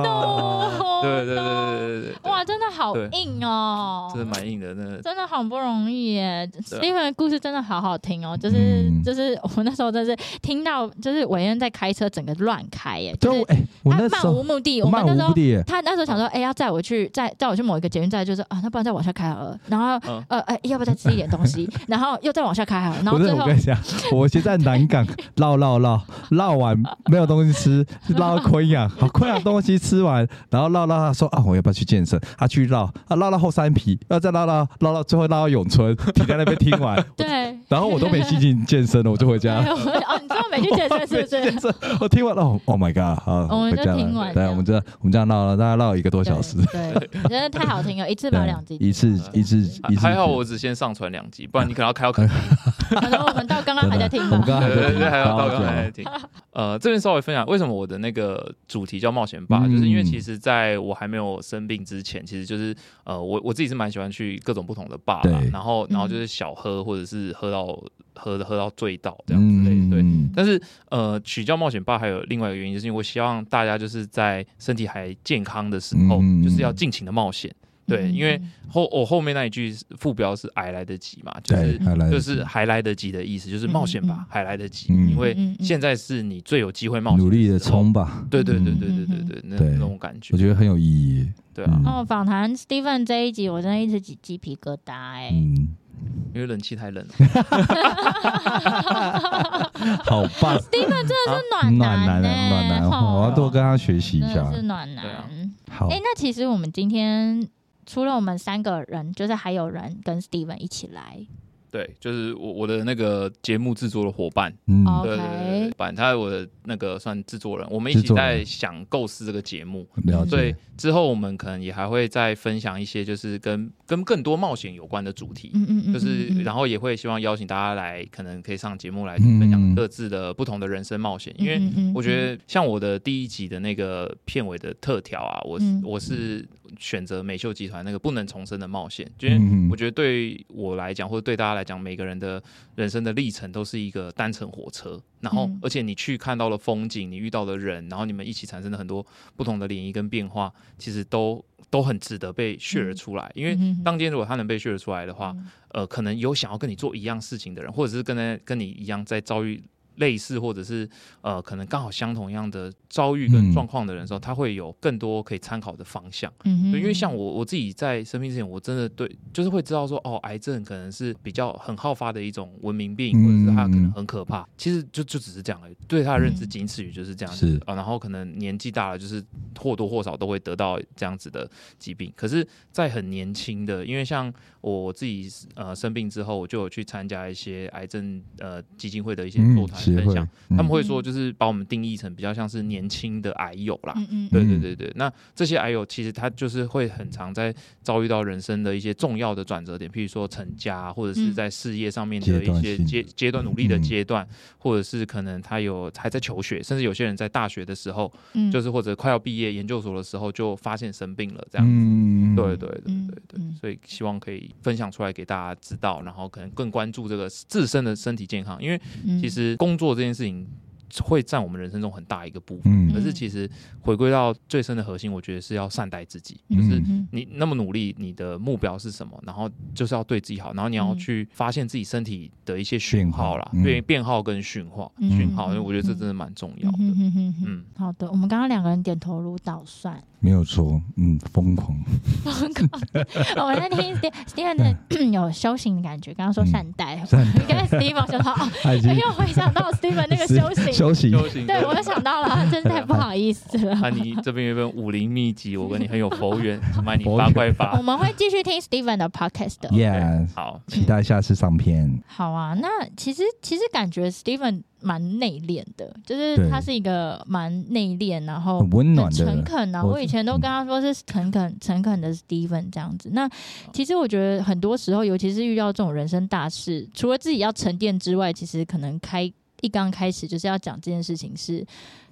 god！哦对对对对对对对，哇，真的好对硬哦，真的蛮硬的， 那真的好不容易耶对啊，Steven 的故事真的好好听哦，就是、嗯就是我那时候真是听到，就是伟恩在开车，整个乱开耶，就对，是我哎，我那他时漫无候目的，我们漫那时无候目。的耶，他那时候想说，哎、要载我去，载载我去某一个捷运站，就是啊，那不然再往下开好了。然后，嗯呃，哎、要不要再吃一点东 西？然后又再往下开好了。然后不是最我后跟，你讲，我先在南港绕绕绕绕完没有东西吃，绕到昆 阳，好昆阳东西吃完，然后绕绕他说啊，我要不要去健身？他去绕，啊绕到后山皮，要再绕绕绕到最后绕到永春，停在那边听 完，对，然后我都没心情健身了，我就回家。对，我哦，你知道没去健身是不 我没去是健？身我听完了，Oh my god！好，我们回就家听了。完这对，样我们这我们这样绕了大概绕了一个多小时。对，对真的太好听了，一次把对两集听完，一次一次一次，啊还好我只先上传两集，不然你可能要开到可能可能我们到刚刚真的还在听 我吧们。刚刚对还在对听对，还有好道好刚还在讲听。呃，这边稍微分享为什么我的那个主题叫冒险吧，嗯就是因为其实在我还没有生病之前，其实就是呃，我我自己是蛮喜欢去各种不同的吧啦对，然后然后嗯就是小喝或者是喝到喝喝到醉到这样之类的，嗯，对。嗯但是呃，取叫冒险吧还有另外一个原因，就是因为我希望大家就是在身体还健康的时候，嗯就是要尽情的冒险。对，嗯因为后我后面那一句副标是“还来得及”嘛，就是对，还来得就及是还来得及的意思，就是嗯冒险吧，嗯还来得及，嗯因为嗯嗯嗯现在是你最有机会冒险，努力的。冲吧。对对对对对嗯对嗯对，那对那种感觉我，觉得很有意义。对嗯啊，哦，访谈 Steven 这一集，我真的一直起鸡皮疙瘩哎、嗯，因为冷气太冷了。哎好 棒， Steven 真的是暖暖男哎、啊，暖男，吼我要多跟他学习一真下的。是暖男。对啊好哎、，那其实我们今天除了我们三个人，就是还有人跟 Steven 一起来。 对，就是我我的那个节目制作的伙伴，嗯，哦对对 OK 对对，反正他我的那个算制作人，我们一制起作人嗯在想构思这个节目。了所以解。之后我们可能也还会再分享一些，就是跟跟更多冒险有关的主题。嗯嗯嗯，就是，然后后也会希望邀请大家来，可能可以上节目来嗯分享各自的不同的人生冒险，因为为我觉得像我的第一集的那个片尾的特调啊，我、嗯我是选择美秀集团那个不能重生的冒险，因为嗯我觉得对我来讲，或者对大家来讲，每个人的人生的历程都是一个单程火车，然后嗯而且你去看到了风景，你遇到的人，然后你们一起产生的很多不同的涟漪跟变化，其实都都很值得被 share 出来，因为嗯当今天如果他能被 share 出来的话，呃，可能有想要跟你做一样事情的人，或者是跟他跟你一样在遭遇类似或者是呃可能刚好相同一样的遭遇跟嗯状况的人的时候，他会有更多可以参考的方向。嗯对，因为像我我自己在生病之前，我真的对就是会知道说，哦，癌症可能是比较很好发的一种文明病，或者是它可嗯能很可怕。其实就就只是这样而已，对他的认知嗯仅此于就是这样是子啊、然后可能年纪大了，就是或多或少都会得到这样子的疾病。可是，在很年轻的，因为像我自己呃生病之后，我就有去参加一些癌症呃基金会的一些嗯座谈是协分会享，，嗯他们会说就是把我们定义成比较像是年轻的癌友啦。嗯嗯，对对嗯对对，那这些癌友其实他就是会很常在遭遇到人生的一些重要的转折点，譬如说成家啊，或者是嗯在事业上面阶的一段些性阶阶段努力的嗯阶段，或者是可能他有还在求学，甚至有些人在大学的时候，嗯就是是或者快要毕业研究所的时候就发现生病了这样。嗯，对对对嗯对对，嗯所以希望可以分享出来给大家知道，然后可能更关注这个自身的身体健康，因为嗯其实工作这件事情会占我们人生中很大一个部分。嗯可是其实回归到最深的核心，我觉得是要善待自己，就是嗯你那么努力，你的目标是什么？然后就是要对自己好，然后你要嗯去发现自己身体的一些讯变化号啦，嗯变变号跟讯号，嗯讯号，因为嗯我觉得这嗯真的蛮重要嗯的。哼哼哼哼嗯，好的，我们刚刚两个人点头如捣蒜，没有错，嗯，疯狂， 我们在听 Ste- Steven 的 有修行的感觉，刚刚说嗯善待， 善你看 Steven 想 到哦，他已经哎因为我回想到 Steven 那个是修行， 休息，修行 对我又想到了，真是太不好意思 了。 安妮这边有一本武林秘籍，我跟你很有佛 缘，卖你佛八缘块八我。们会继续听 Steven 的 podcast 的。 ，Yeah，好，期待下次上片。好啊，那其实其实感觉 Steven 蛮内敛的，就是对他是一个蛮内敛，然后嗯很温暖的诚恳啊。我嗯我以前都跟他说是诚恳、诚恳的 Steven 这样子。那其实我觉得很多时候，尤其是遇到这种人生大事，除了自己要沉淀之外，其实可能开一刚开始就是要讲这件事情是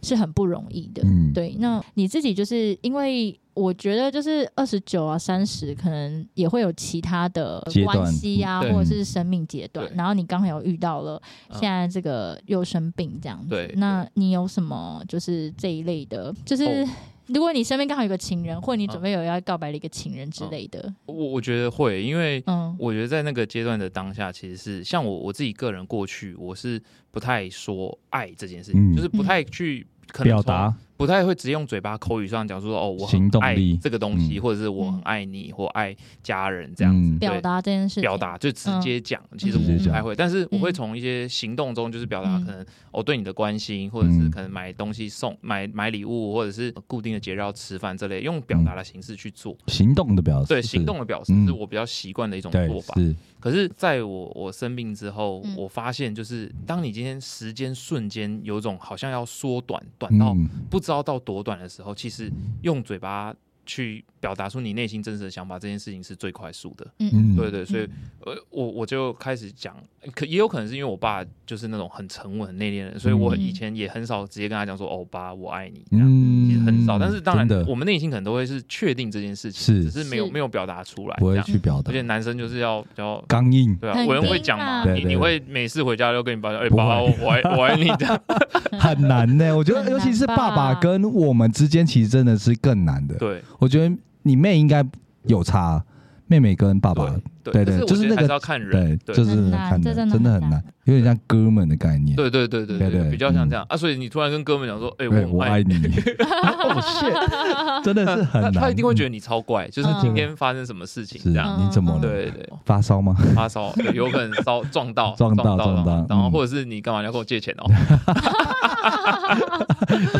是很不容易的。嗯，对，那你自己就是因为我觉得就是二十九啊、三十，可能也会有其他的阶段嗯关系啊，对或者是生命阶段。对然后你刚好有遇到了嗯现在这个又生病这样子，对那你有什么就是这一类的，就是。哦如果你身边刚好有个情人，或者你准嗯备有要告白的一个情人之类的，我我觉得会，因为嗯我觉得在那个阶段的当下，其实是像我我自己个人过去，我是不太说爱这件事情，嗯就是不太去可能表从达，不太会直接用嘴巴口语上讲说哦，我很行动爱力这个东西，嗯或者是我很爱你或爱家人这样子，嗯对表达这件事情，表达就直接讲，其实嗯我不太会，但是我会嗯从一些行动中，就是表达嗯可能我对你的关心，或者是嗯可能买东西送、买买礼物，或者是固定的节日要吃饭这类，用表达的形式去做。行动的表示，对行动的表示嗯是我比较习惯的一种对做法。是，可是，在我我生病之后，嗯我发现就是当你今天时间瞬间有种好像要缩短，短到嗯，不知道到多短的时候，其实用嘴巴去表达出你内心真实的想法，这件事情是最快速的。嗯，对对，所以呃，我我就开始讲，可也有可能是因为我爸就是那种很沉稳、很内敛的人，所以我嗯以前也很少直接跟他讲说“哦，爸，我爱你”这样，嗯，其实很少。但是当然真，我的们内心可能都会是确定这件事情，是只是没有是没有表达出来不这会样。去表达而且，男生就是要比较刚硬，对啊，很我人硬会讲嘛，啊对你对你会每次回家都跟你爸说：“哎，不会爸，我我爱我爱你。”这 样 很难呢。我觉得，很难尤其是爸爸吧跟我们之间，其实真的是更难的。对我觉得你妹应该有差，妹妹跟爸爸，对对对可就是我觉得那个还是要看对人，，对这是很难看这真的真的很难很难，有点像哥们的概念。对对对对对对比较像嗯这样啊。所以你突然跟哥们讲说：“哎，对，很我爱爱你。 哦，shit，真的是很他难。他一定会觉得你超怪，就是嗯今天发生什么事情是这样。嗯你怎么嗯了？对对，发烧 吗？发烧有可能烧撞到撞到撞撞到然后嗯或者是你干嘛你要跟我借 钱哦？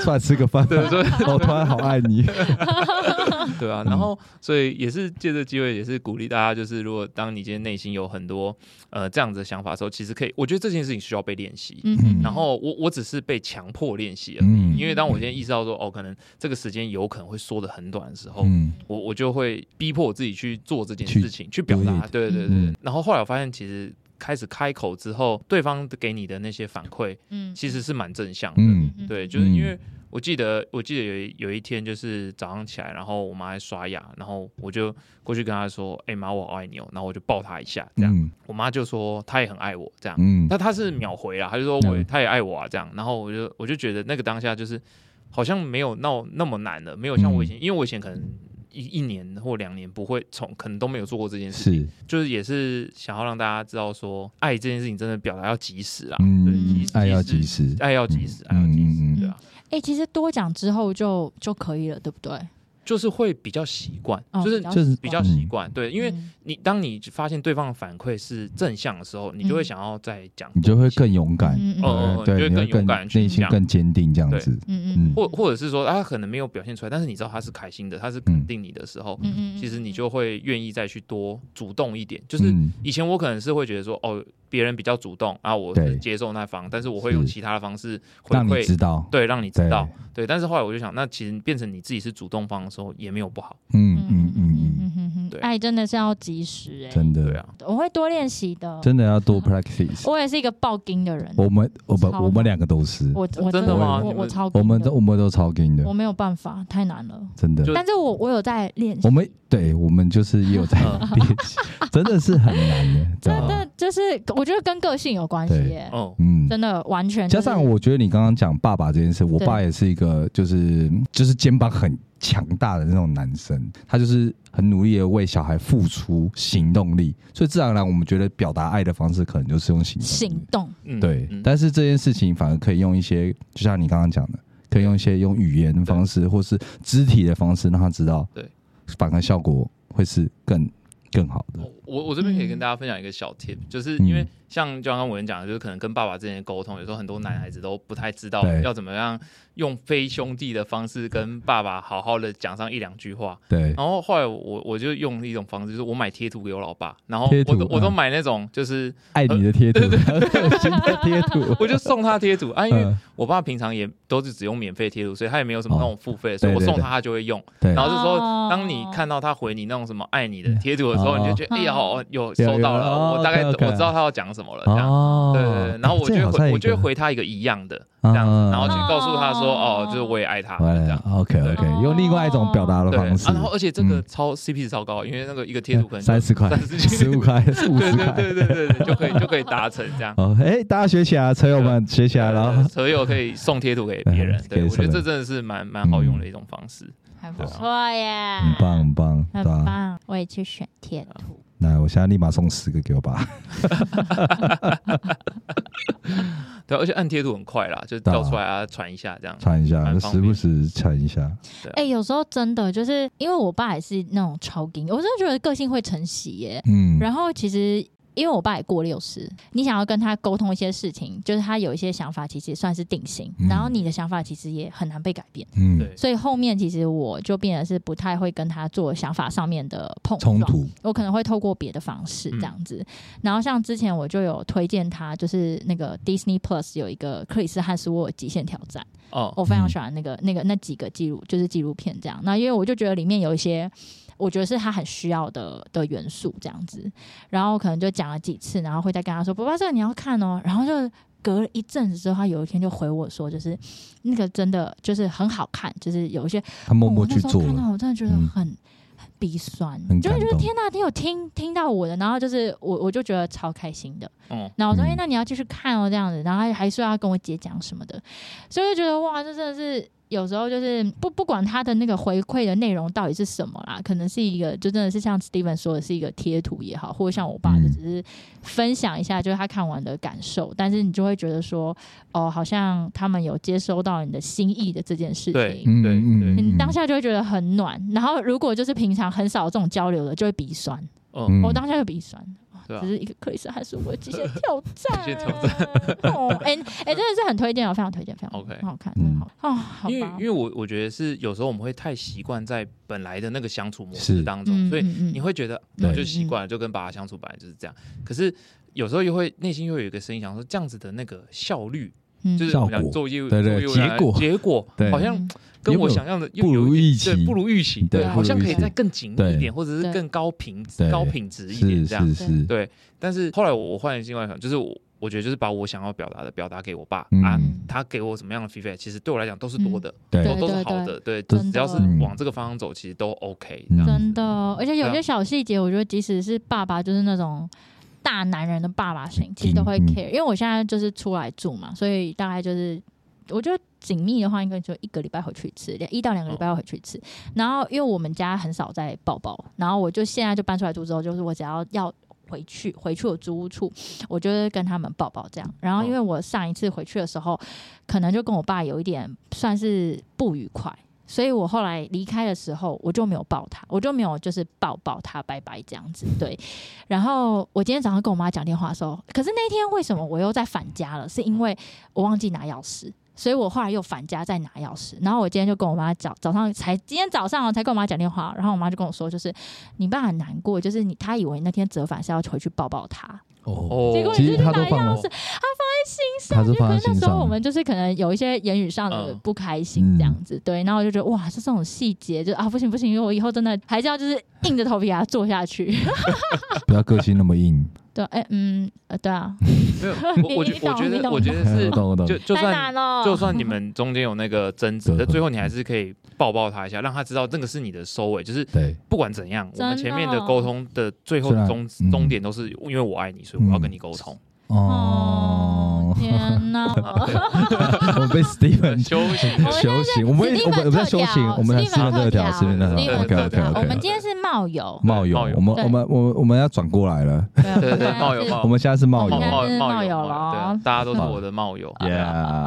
出来吃个饭。对对我突然好爱你。对嗯啊，然后所以也是借这机会，也是鼓励大家，就是如果当你今天内心有很多呃这样子的想法的时候，其实可以，我觉得这件事情需要被练习。嗯嗯，然后我我只是被强迫练习了， 嗯因为当我今天意识到说哦，可能这个时间有可能会缩的很短的时候，嗯，我我就会逼迫我自己去做这件去事情，去表达。对对对。嗯然后后来我发现，其实开始开口之后，对方给你的那些反馈，嗯，其实是蛮正向的。嗯嗯对，就是嗯因为我记得，我记得有一有一天，就是早上起来，然后我妈在刷牙，然后我就过去跟她说：“哎、妈，我好爱你哦。”然后我就抱她一下，这样。嗯我妈就说她也很爱我，这样。嗯那她是秒回啊，她就说我嗯她也爱我啊，这样。然后我就我就觉得那个当下就是好像没有闹那么难了，没有像我以嗯前，因为我以前可能一一年或两年不会从，可能都没有做过这件事情。是就是也是想要让大家知道说，爱这件事情真的表达要及时啊，对，嗯及，爱要及及时时。爱要及时，爱嗯要及嗯嗯时，嗯对啊，哎、其实多讲之后就就可以了，对不对？就是会比较习惯，哦就是比较就是比较习惯，对，因为嗯你当你发现对方的反馈是正向的时候，你就会嗯想要再讲多一些，你就会更勇敢，嗯嗯哦呃你对，你会会更勇更敢去内心讲更坚定这样子。嗯嗯，或或者是说他可能没有表现出来，但是你知道他是开心的，他是肯定你的时候，嗯嗯，其实你就会愿意再去多主动一点，就是嗯以前我可能是会觉得说，哦，别人比较主动，然后我是对接受那方，但是我会用是其他的方式回让你馈，知道，对，让你知道，对。但是后来我就想，那其实变成你自己是主动方的时候，也没有不好，嗯嗯嗯嗯嗯嗯嗯，嗯嗯嗯对爱真的是要及时哎、真的，对啊，我会多练习的。真的要多 practice。我也是一个爆金的人，我我们我们哦超我们两个都是，我真的的吗我你我们超我硬们的都我们都超 king 的我，没有办法，太难了。真的就。但是我我有在练习我，们对我们就是也有在嗯练习， 真的是很难的，知道真吗的就是我觉得跟个性有关系啊对耶，哦，嗯，真的完全啊就加是。上我觉得你刚刚讲爸爸这件事，我对爸也是一个就是就是肩膀很强大的那种男生，他就是很努力的为小孩付出行动力，所以自然而然我们觉得表达爱的方式可能就是用行动力行动，嗯，对，嗯但是这件事情反而可以用一些，就像你刚刚讲的，可以用一些用语言的方式或是肢体的方式让他知道，对，反而效果会是更更好的。我我这边可以跟嗯大家分享一个小 tip，、就是嗯因为像就刚刚我们讲的，就是可能跟爸爸之间的沟通，有时候很多男孩子都不太知道对要怎么样用非兄弟的方式跟爸爸好好的讲上一两句话。对，然后后来我我就用一种方式，就是我买贴图给我老爸，然后贴图我都我都嗯买那种，就是爱你的呃贴图， 新的贴图， 我就送他贴图啊，因为嗯哦我爸平常也都是只用免费贴图，所以他也没有什么那种付费，所以对我对送对他他就会用。对然后这时候哦，当你看到他回你那种什么爱你的贴图的时候，哦你就觉得哎嗯呀，好有有收到有了，哦我大概我 OK，OK 知道他要讲什么了，这样。哦，对对对，然后我就这会好像回，一我就个会回他一个一样的这嗯样子，嗯然后去嗯告诉他说，哦哦，就是我也爱他，完这了样。 ，OK OK，用另外一种表达的对方啊式，，然后而且这个嗯超 CP 值超高，因为那个一个贴图可能三十块、十十 五，块、五对十对块。对对对对，就可以就可以达成 这样。哦，哎，大家学起来，车友们学起来，然对后所以我可以送贴图给别人嗯，对给我觉得送这人真的是蛮蛮好用的一种方式。还不错啊耶，很棒，很棒，对啊很吧？棒，我也去选贴啊图。那我现在立马送十个给我 爸，对，啊而且按贴图很快啦，就是对啊叫出来啊，传一下这样。传一下，蛮方时便不时传一下。啊哎、有时候真的就是因为我爸也是那种超硬，我真的觉得个性会承袭耶。嗯，然后其实因为我爸也过六十，你想要跟他沟通一些事情，就是他有一些想法，其实算是定型，嗯然后你的想法其实也很难被改变。嗯，对，所以后面其实我就变得是不太会跟他做想法上面的碰撞冲，突，嗯我可能会透过别的方式这样子。然后像之前我就有推荐他，就是那个 Disney Plus 有一个克里斯汉斯沃尔极限挑战，哦，我非常嗯喜欢那个、那个那几个记录，就是纪录片这样。那因为我就觉得里面有一些。我觉得是他很需要的的元素这样子，然后可能就讲了几次，然后会再跟他说：“爸爸，这个你要看哦。”然后就隔了一阵子之后，他有一天就回我说：“就是那个真的就是很好看，就是有一些哦他默默去做我那时候看了。到我真的觉得嗯很、很鼻酸，很就是感觉得动天哪，你有听听到我的，然后就是我我就觉得超开心的。嗯，然后我说，哎、嗯那你要继续看哦，这样子，然后他还说要跟我姐讲什么的，所以我就觉得哇，这真的是。有时候就是不不管他的那个回馈的内容到底是什么啦，可能是一个就真的是像 Steven 说的是一个贴图也好，或者像我爸嗯就只是分享一下就是他看完的感受，但是你就会觉得说哦，好像他们有接收到你的心意的这件事对情，嗯对嗯对你嗯，当下就会觉得很暖。然后如果就是平常很少这种交流的，就会鼻酸。嗯，哦我当下就鼻酸，对啊只，是一个克里斯还是我极限挑 战。极限挑战。哦，哎、哎、真的是很推荐哦，非常推荐，非常 OK 很好看，嗯很好哦，好因为因吧。为我我觉得是有时候我们会太习惯在本来的那个相处模式是当中，所以嗯你会觉得对我就习惯了，就跟爸爸相处本来就是这样。可是有时候又会内心又有一个声音想说，这样子的那个效率，嗯就是效我们讲果做业务对对做业务来结果结果 对好像跟我想象的又不有如一预点对期不如预期，对对，不好像如可预以期再更紧密对一点，或者是对更高品质、对高品质一点是这样。是是，对，但是后来我我换了另外一种，就是我我觉得就是把我想要表达的表达给我爸、啊嗯，他给我什么样的 feedback，其实对我来讲都是多的，对都对都是对好对的，对，真的只要是嗯往这个方向走，其实都 OK 嗯这样子。真的，哦而且有对啊些小细节，我觉得即使是爸爸，就是那种。大男人的爸爸型其实都会嗯嗯 care，、因为我现在就是出来住嘛，所以大概就是我觉得紧密的话，应该就一个礼拜回去一次，两一到两个礼拜要回去一次。然后因为我们家很少在抱抱，然后我就现在就搬出来住之后，就是我只要要回去回去我租屋处，我就会跟他们抱抱这样。然后因为我上一次回去的时候，可能就跟我爸有一点算是不愉快。所以我后来离开的时候，我就没有抱他，我就没有就是抱抱他，拜拜这样子。对，然后我今天早上跟我妈讲电话的时候，可是那一天为什么我又在返家了？是因为我忘记拿钥匙，所以我后来又返家再拿钥匙。然后我今天就跟我妈早早上才今天早上哦才跟我妈讲电话，然后我妈就跟我说，就是你爸很难过，就是你他以为那天折返是要回去抱抱他，哦，哦结果其你实就去他拿都放了钥匙，他放在心上，他是就可放在能那心时候上我们就是可能有一些言语上的嗯不开心这样子，嗯对，然后我就觉得哇，是这种细节，就啊不行不行，因为我以后真的还是要就是硬着头皮给他做下去。不要个性那么硬。对，哎、嗯，呃，对啊，没有， 你我我觉你我懂觉你得懂我觉得是 我懂我懂就 就太算难 了，就算你们中间有那个争执，对但最后你还是可以抱抱他一下，让他知道这个是你的收尾，就是对，不管怎样，我们真前的哦面的沟通的最后虽然终嗯终点都是因为我爱你，所以我要跟你沟通。哦哦，，天 哪！哦我 们被 Steven 休息我们修行，我们史蒂我芬们我们在特修调行，我们在史斯蒂芬文特特调，调斯文特史蒂调芬，OK 特 OK 调好 OK。我们今天是冒友，冒 友冒友，我们对我们我们我们要转过来了，对啊 对对，冒友是冒 我们现在是 冒冒友我们冒现在是冒冒友友冒了友，哦对，啊大家都是我的冒友。对啊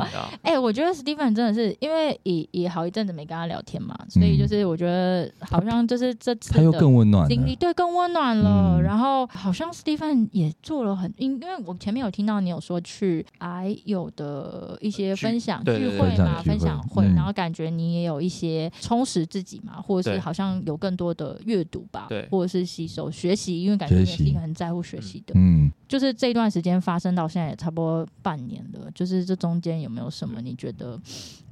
，Yeah，对啊哎、我觉得 Steven 真的是因为也也好一阵子没跟他聊天嘛，所以就是我觉得好像就是这次嗯他又的更温暖经历了，对更温暖了。嗯然后好像 Steven 也做了很，因因为我前面有听到你有说去癌友的一些聚分享对聚对会嘛，分享聚会分享会，嗯然后感觉你也有一些充实自己嘛，或者对是好像有更多的阅读吧，对或者是吸收学习，因为感觉你也学是习一个很在乎学习的人嗯，就是这段时间发生到现在也差不多半年了，就是这中间有没有什么你觉得，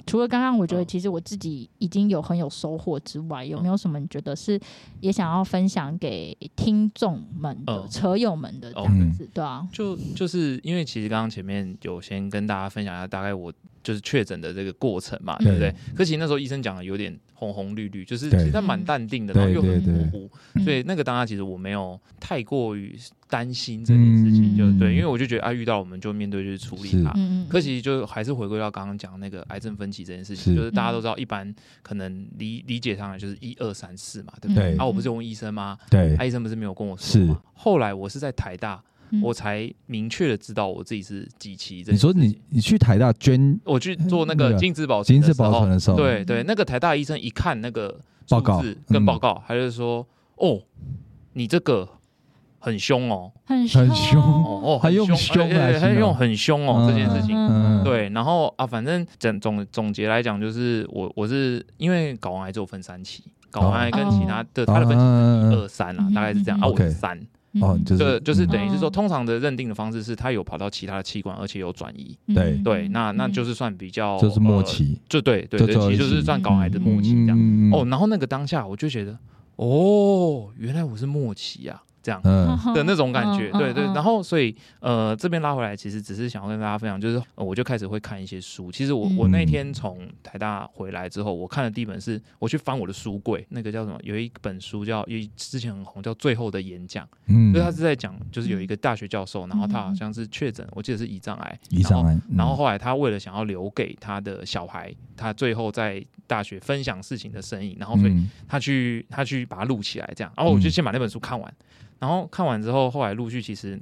除了刚刚我觉得嗯其实我自己已经有很有收获之外，有没有什么你觉得是也想要分享给听众们的、嗯哦车友们的这样子？对啊，就就是因为其实刚刚前面有先跟大家分享一下大概我就是确诊的这个过程嘛，嗯对不对？可其实那时候医生讲的有点红红绿绿，就是其实对他蛮淡定的，然后对又很对很模对糊，糊，嗯所以那个当下其实我没有太过于担心这件事情，嗯就对，因为我就觉得啊遇到我们就面对就是处理它。嗯嗯，可其实就还是回归到刚刚讲那个癌症分歧这件事情，是就是大家都知嗯道，一般可能理理解上来就是一二三四嘛，对不对？对嗯啊，我不是有问医生吗？对啊，医生不是没有跟我说吗？后来我是在台大，嗯我才明确的知道我自己是几期。你说你你去台大捐我去做那那个个精子保金的子时候保存的时候，对对，那个台大医生一看那个报告数字跟嗯报告，他就说：“哦，你这个很凶哦，很很凶哦哦，他很用凶，凶来哎哎形他容用很凶哦这件事情。”嗯，对，然后啊，反正整总总结来讲，就是我我是因为睾丸癌只有分三期，睾丸癌跟啊其他的它的分期嗯二三啦，大概是这样啊，我是三，哦，就是对，就是嗯等于是说，嗯通常的认定的方式是它有跑到其他的器官，而且有转移。嗯对对，那那就是是算比较就是末，呃期，就对对就对，最后其实一嗯就是期算睾癌的末期这样。样哦，，然后那个当下我就觉得，哦，原来我是末期啊，这样。嗯的那种感觉，哦嗯对对。嗯然后，所以呃，这边拉回来，其实只是想要跟大家分享，就是、呃我就开始会看一些书。其实我我嗯那天从台大回来之后，我看的第一本是我去翻我的书柜，那个叫什么？有一本书叫，有一之前很红叫《最后的演讲》，嗯，哦所以他是在讲，就是有一个大学教授，然后他嗯嗯好像是确诊，我记得是胰脏癌，以上来，然后后来他为了想要留给他的小孩，他最后在大学分享事情的声音，然后所以嗯他去他去把它录起来，这样。然后我就先把那本书看完，然后看完之后，后来陆续其实。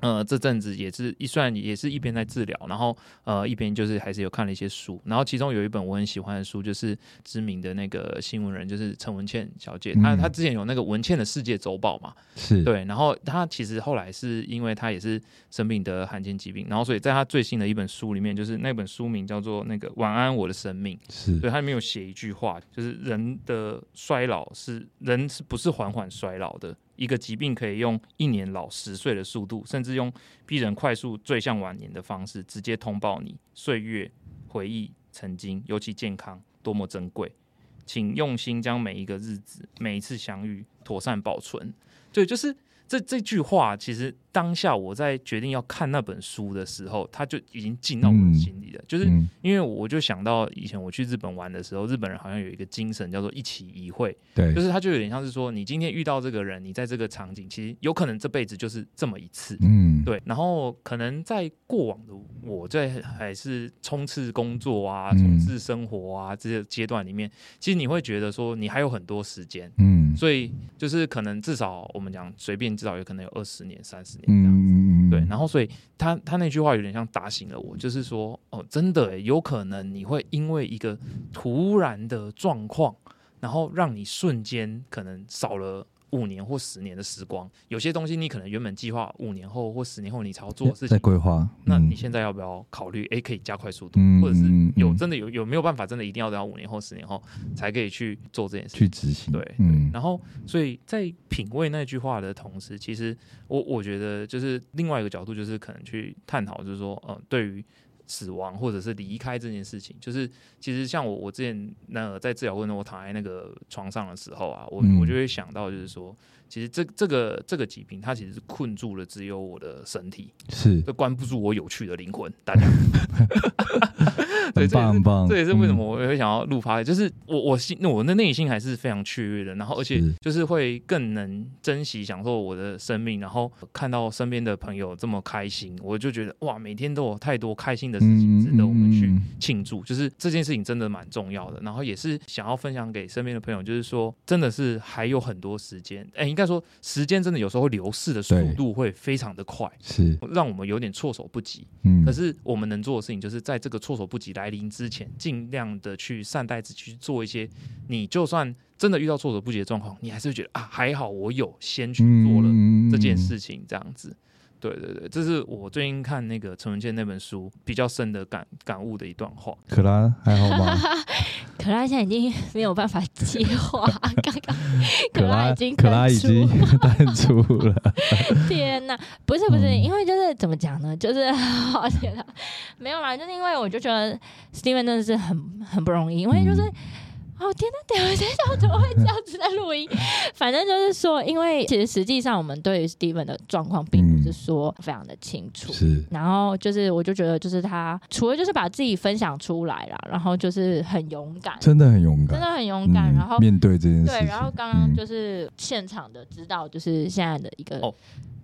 呃，这阵子也是一算也是一边在治疗，然后呃一边就是还是有看了一些书，然后其中有一本我很喜欢的书，就是知名的那个新闻人，就是陈文茜小姐，她嗯她之前有那个文茜的世界周报嘛，是，对，然后他其实后来是因为他也是生病得罕见疾病，然后所以在他最新的一本书里面，就是那本书名叫做那个《晚安我的生命》，是对，他里面有写一句话，就是人的衰老是人是不是缓缓衰老的？一个疾病可以用一年老十岁的速度，甚至用逼人快速坠向晚年的方式，直接通报你岁月、回忆、曾经，尤其健康多么珍贵。请用心将每一个日子、每一次相遇妥善保存。对，就是这这句话，其实当下我在决定要看那本书的时候，它就已经进到我的嗯心里了。就是嗯因为我就想到以前我去日本玩的时候，日本人好像有一个精神叫做一期一会，对，就是他就有点像是说，你今天遇到这个人，你在这个场景，其实有可能这辈子就是这么一次。嗯，对，然后可能在过往的我在还是冲刺工作啊、嗯冲刺生活啊这些阶段里面，其实你会觉得说你还有很多时间，嗯，所以就是可能至少我们讲随便至少有可能有二十年、三十年这样子。嗯嗯嗯，对，然后所以他他那句话有点像打醒了我，就是说，哦，真的耶有可能你会因为一个突然的状况，然后让你瞬间可能少了五年或十年的时光。有些东西你可能原本计划五年后或十年后你才要做的事在情，规划。那嗯你现在要不要考虑？诶，可以加快速度，嗯或者是嗯嗯有嗯真的有有没有办法，真的一定要到五年后、十年后才可以去做这件事情？去执行？对嗯，然后，所以在品味那句话的同时，其实我我觉得就是另外一个角度，就是可能去探讨，就是说，呃，对于死亡或者是离开这件事情，就是其实像我我之前那个在治疗过程中，我躺在那个床上的时候啊，我嗯我就会想到，就是说，其实这这个这个疾病，它其实是困住了只有我的身体，是这关不住我有趣的灵魂。大家，对，很这也棒是很棒。这也是为什么嗯我会想要录 p o 就是我我心我的内心还是非常雀跃的，然后而且是就是会更能珍惜享受我的生命，然后看到身边的朋友这么开心，我就觉得哇，每天都有太多开心的事情值得我们去嗯嗯庆祝，就是这件事情真的蛮重要的，然后也是想要分享给身边的朋友，就是说真的是还有很多时间，哎，应该说时间真的有时候流逝的速对度会非常的快，是让我们有点措手不及。嗯，可是我们能做的事情，就是在这个措手不及来临之前，尽量的去善待自己，去做一些你就算真的遇到措手不及的状况，你还是会觉得啊，还好我有先去做了嗯这件，事情，这样子。对对对，这是我最近看那个陈文茜那本书比较深的感感悟的一段话。可拉还好吗？可拉现在已经没有办法接话，刚刚可拉拉已经可拉已淡出经淡出了， 天呐，不是不是，嗯因为就是怎么讲呢？就是 好天呐，没有啦，就是因为我就觉得 Steven 真的是很很不容易，因为就是。嗯哦天呐，对，我在想我怎么会这样子在录音？ 反正就是说，因为其实实际上我们对于 Steven 的状况并不是说非常的清楚，是然后就是我就觉得就是他除了就是把自己分享出来啦，然后就是很勇敢，真的很勇敢真，的很勇敢，嗯然后面对这件事对，情，然后刚刚嗯就是现场的知道，就是现在的一个哦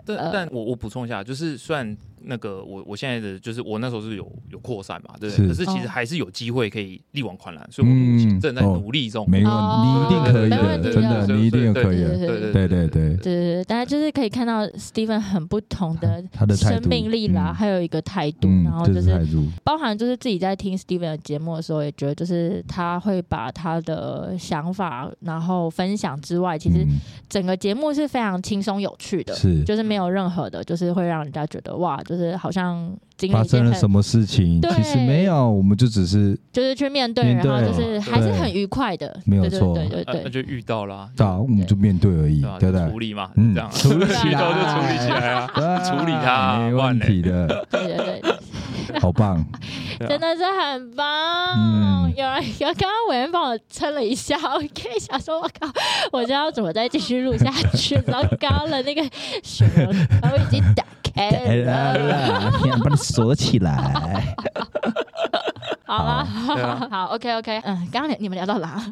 但呃但我我补充一下，就是虽然那个我我现在的就是我那时候是有有扩散嘛，对不对？是可是其实哦还是有机会可以力挽狂澜，所以我目前嗯正在哦努力中。没问哦题，你一定可以没问的，题真的，的你一定可以的。对对对对对对对对，大家就是可以看到 Steven 很不同的他的态生度，命力啦，还有一个态度，嗯，然后这就是是态度，包含就是自己在听 Steven 的节目的时候，也觉得就是他会把他的想法然后分享之外，其实嗯整个节目是非常轻松有趣的，是就是没有任何的，就是会让人家觉得哇，就是好像经历发一件生了很什么事情，对其实没有，我们就只是就是去面对，面对然后就是还是很愉快的，没有对对错对对呃那对。就遇到啦，打，我们就面对而已，对吧？对就不对处？理嘛，嗯这样啊处理 起遇到就来处理起来 啊。啊处理它没换问嘞题的，对对对对，好棒，对啊真的是很棒嗯！有人有刚刚委员帮我撑了一下， 我可以想说，我靠，我知道怎么再继续录下去，糟糕了，那个水龙头已经打开 了。天，把它锁起来，好了，对啊好，OK OK，嗯，刚刚你们聊到哪？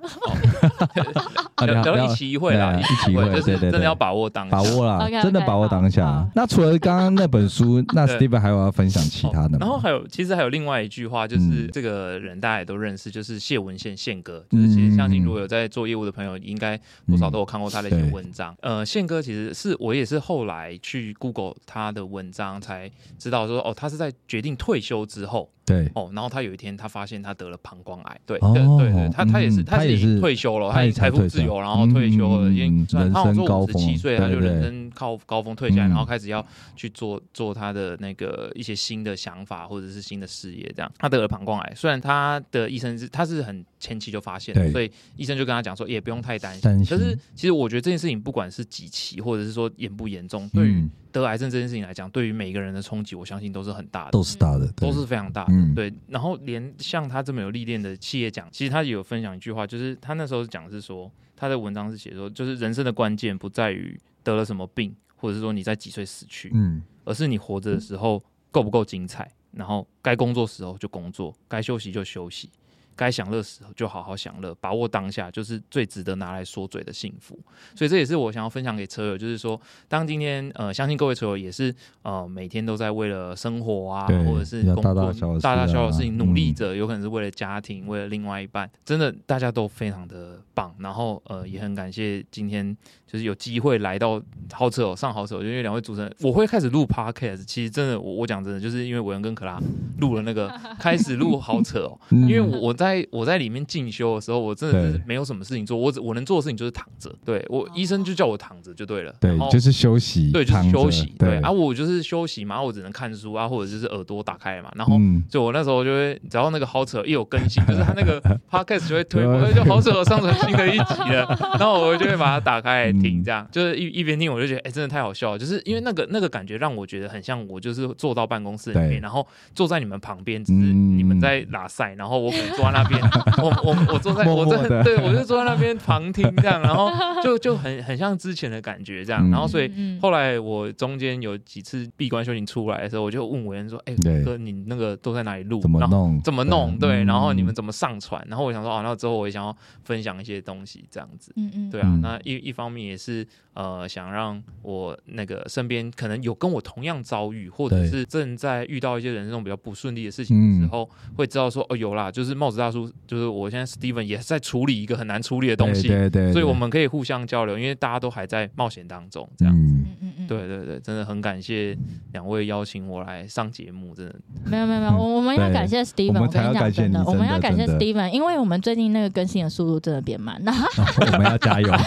啊聊聊聊一期一会对啦，啊一期一会会，就对是对真的对要把握当下把。握啦， OK，OK，真的把握当好下好。那除了刚刚那本书，那对 Steven 还有要分享其他的吗？哦然后还有，其实还有另外一句话，就是嗯这个人大家也都认识，就是谢文宪宪哥。就嗯是其实相信如果有在做业务的朋友，应该多少都有看过他的一些对文章。呃，宪哥其实是我也是后来去 Google 他的文章才知道说，哦，他是在决定退休之后，对，哦，然后他有一天他发现他得了膀胱癌，对，哦对对对，他他也是嗯他他也是退休了，他已也经财才富退自休由，然后退休了，嗯已经算人他好像生说高五十七峰岁，他就对对人生高高峰退下来，嗯然后开始要去做做他的那个一些新的想法或者是新的事业这样。他得了膀胱癌，虽然他的医生是他是很前期就发现的，对所以医生就跟他讲说也不用太担担心心。可是其实我觉得这件事情不管是几期或者是说严不严重，对于嗯得癌症这件事情来讲，对于每个人的冲击，我相信都是很大的。都是大的，对都是非常大的，嗯对。然后连像他这么有历练的企业奖，其实他也有分享一句话，就是他那时候讲的是说，他的文章是写说，就是人生的关键不在于得了什么病，或者是说你在几岁死去，嗯而是你活着的时候够不够精彩。然后该工作时候就工作，该休息就休息，该享乐时候就好好享乐，把握当下就是最值得拿来说嘴的幸福。所以这也是我想要分享给车友，就是说，当今天呃，相信各位车友也是呃，每天都在为了生活啊，对或者是要工大作大小小的事大大小小的啊事情努力嗯着，有可能是为了家庭，为了另外一半，真的大家都非常的棒。然后呃，也很感谢今天就是有机会来到好扯哦，上好扯哦，因为两位主持人，我会开始录 podcast，其实真的我我讲真的，就是因为伟恩跟可拉录了那个开始录好扯哦，嗯因为我我在我在里面进修的时候，我真的是对没有什么事情做，我只我能做的事情就是躺着。对我、医生就叫我躺着就对了，对然后，就是休息，对就是躺着休息，对对啊，，我就是休息嘛，我只能看书啊，或者就是耳朵打开嘛，然后。嗯，所以我那时候就会，只要那个好扯一有更 新，就是他那个 podcast 就会推啊播，哎就好扯上传新的一集了， 然后我就会把它打开来嗯听，这样就是一一边听，我就觉得哎、真的太好笑了，就是因为那个那个感觉让我觉得很像我就是坐到办公室里对面，然后坐在你们旁边，只是嗯你们在拉赛，然后我可能坐在那边，我 我我坐在默默我地在对我就坐在那边旁听这样，然后就就很很像之前的感觉这样，然后哦所以嗯嗯后来我中间有几次闭关修行出来的时候，我就问文说：“哎、对哥，你那个都在哪里录？怎么然后弄？怎么弄？对，嗯然后你们怎么上传？然后我想说，哦，那之后我也想要分享一些东西，这样子。嗯嗯，对啊，嗯那一一方面也是呃，想让我那个身边可能有跟我同样遭遇，或者对是正在遇到一些人生中比较不顺利的事情的时候，嗯会知道说哦，有啦，就是帽子大叔，就是我现在 Steven 也是在处理一个很难处理的东西，对对对，所以对我们可以互相交流，因为大家都还在冒险当中，这样。嗯嗯嗯嗯，对对对，真的很感谢两位邀请我来上节目，真的没有没有没有，我我们要对感谢 Steven，我们我才跟要你感讲谢真你的，我们真的要感谢真的 Steven，因为我们最近那个更新的速度真的变慢， 然后我们要加油。然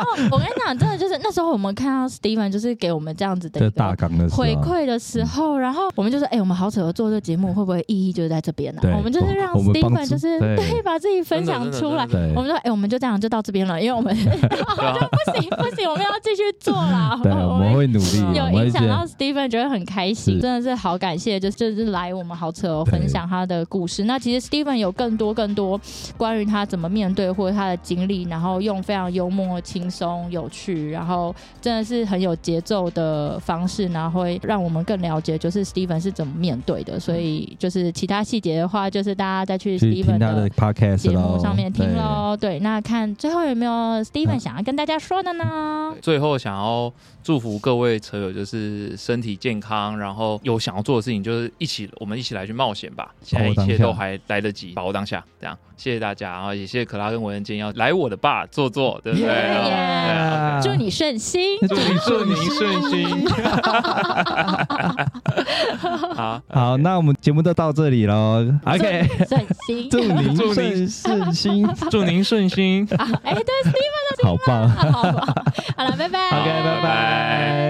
后我跟你讲，真的就是那时候我们看到 Steven 就是给我们这样子的这一大个。纲的时候嗯回馈的时候，然后我们就说：“哎、我们好扯合做这节目，会不会意义就是在这边呢、对我们就是让我们帮 Steven 助就是对对把自己分真的享真的出来 真。的对我们说：“哎、我们就这样就到这边了，因为我 们 对啊，不行不行，我们要继续做啦。对，我们会努力，有我们会影觉响到得 Steven，觉得很开是心，真的是好感谢，就是就是来我们好扯哦，对分享他的故事。那其实 Steven 有更多更多关于他怎么面对或者他的经历，然后用非常幽默、轻松、有趣，然后真的是很有节奏的方式，然后会让我们更了解就是 Steven 是怎么面对的。所以就是其他细节的话，就是大家再去去听 Steven 他的。的节 podcast 目喽，上面听对，喽，对，那看最后有没有 Steven 嗯想要跟大家说的呢？最后想要祝福各位车友，就是身体健康，然后有想要做的事情，就是一起，我们一起来去冒险吧。现在一切都还来得及，把握当下。这样，谢谢大家啊，也谢谢可拉跟文人今天要来我的爸坐坐，对不对？耶对啊祝你顺心，祝你顺您顺心。 好，好，那我们节目就到这里喽。OK，顺心。祝您祝顺您顺心，祝您顺心。哎，对，Steven 好棒。OK，好了，拜拜。好拜拜拜。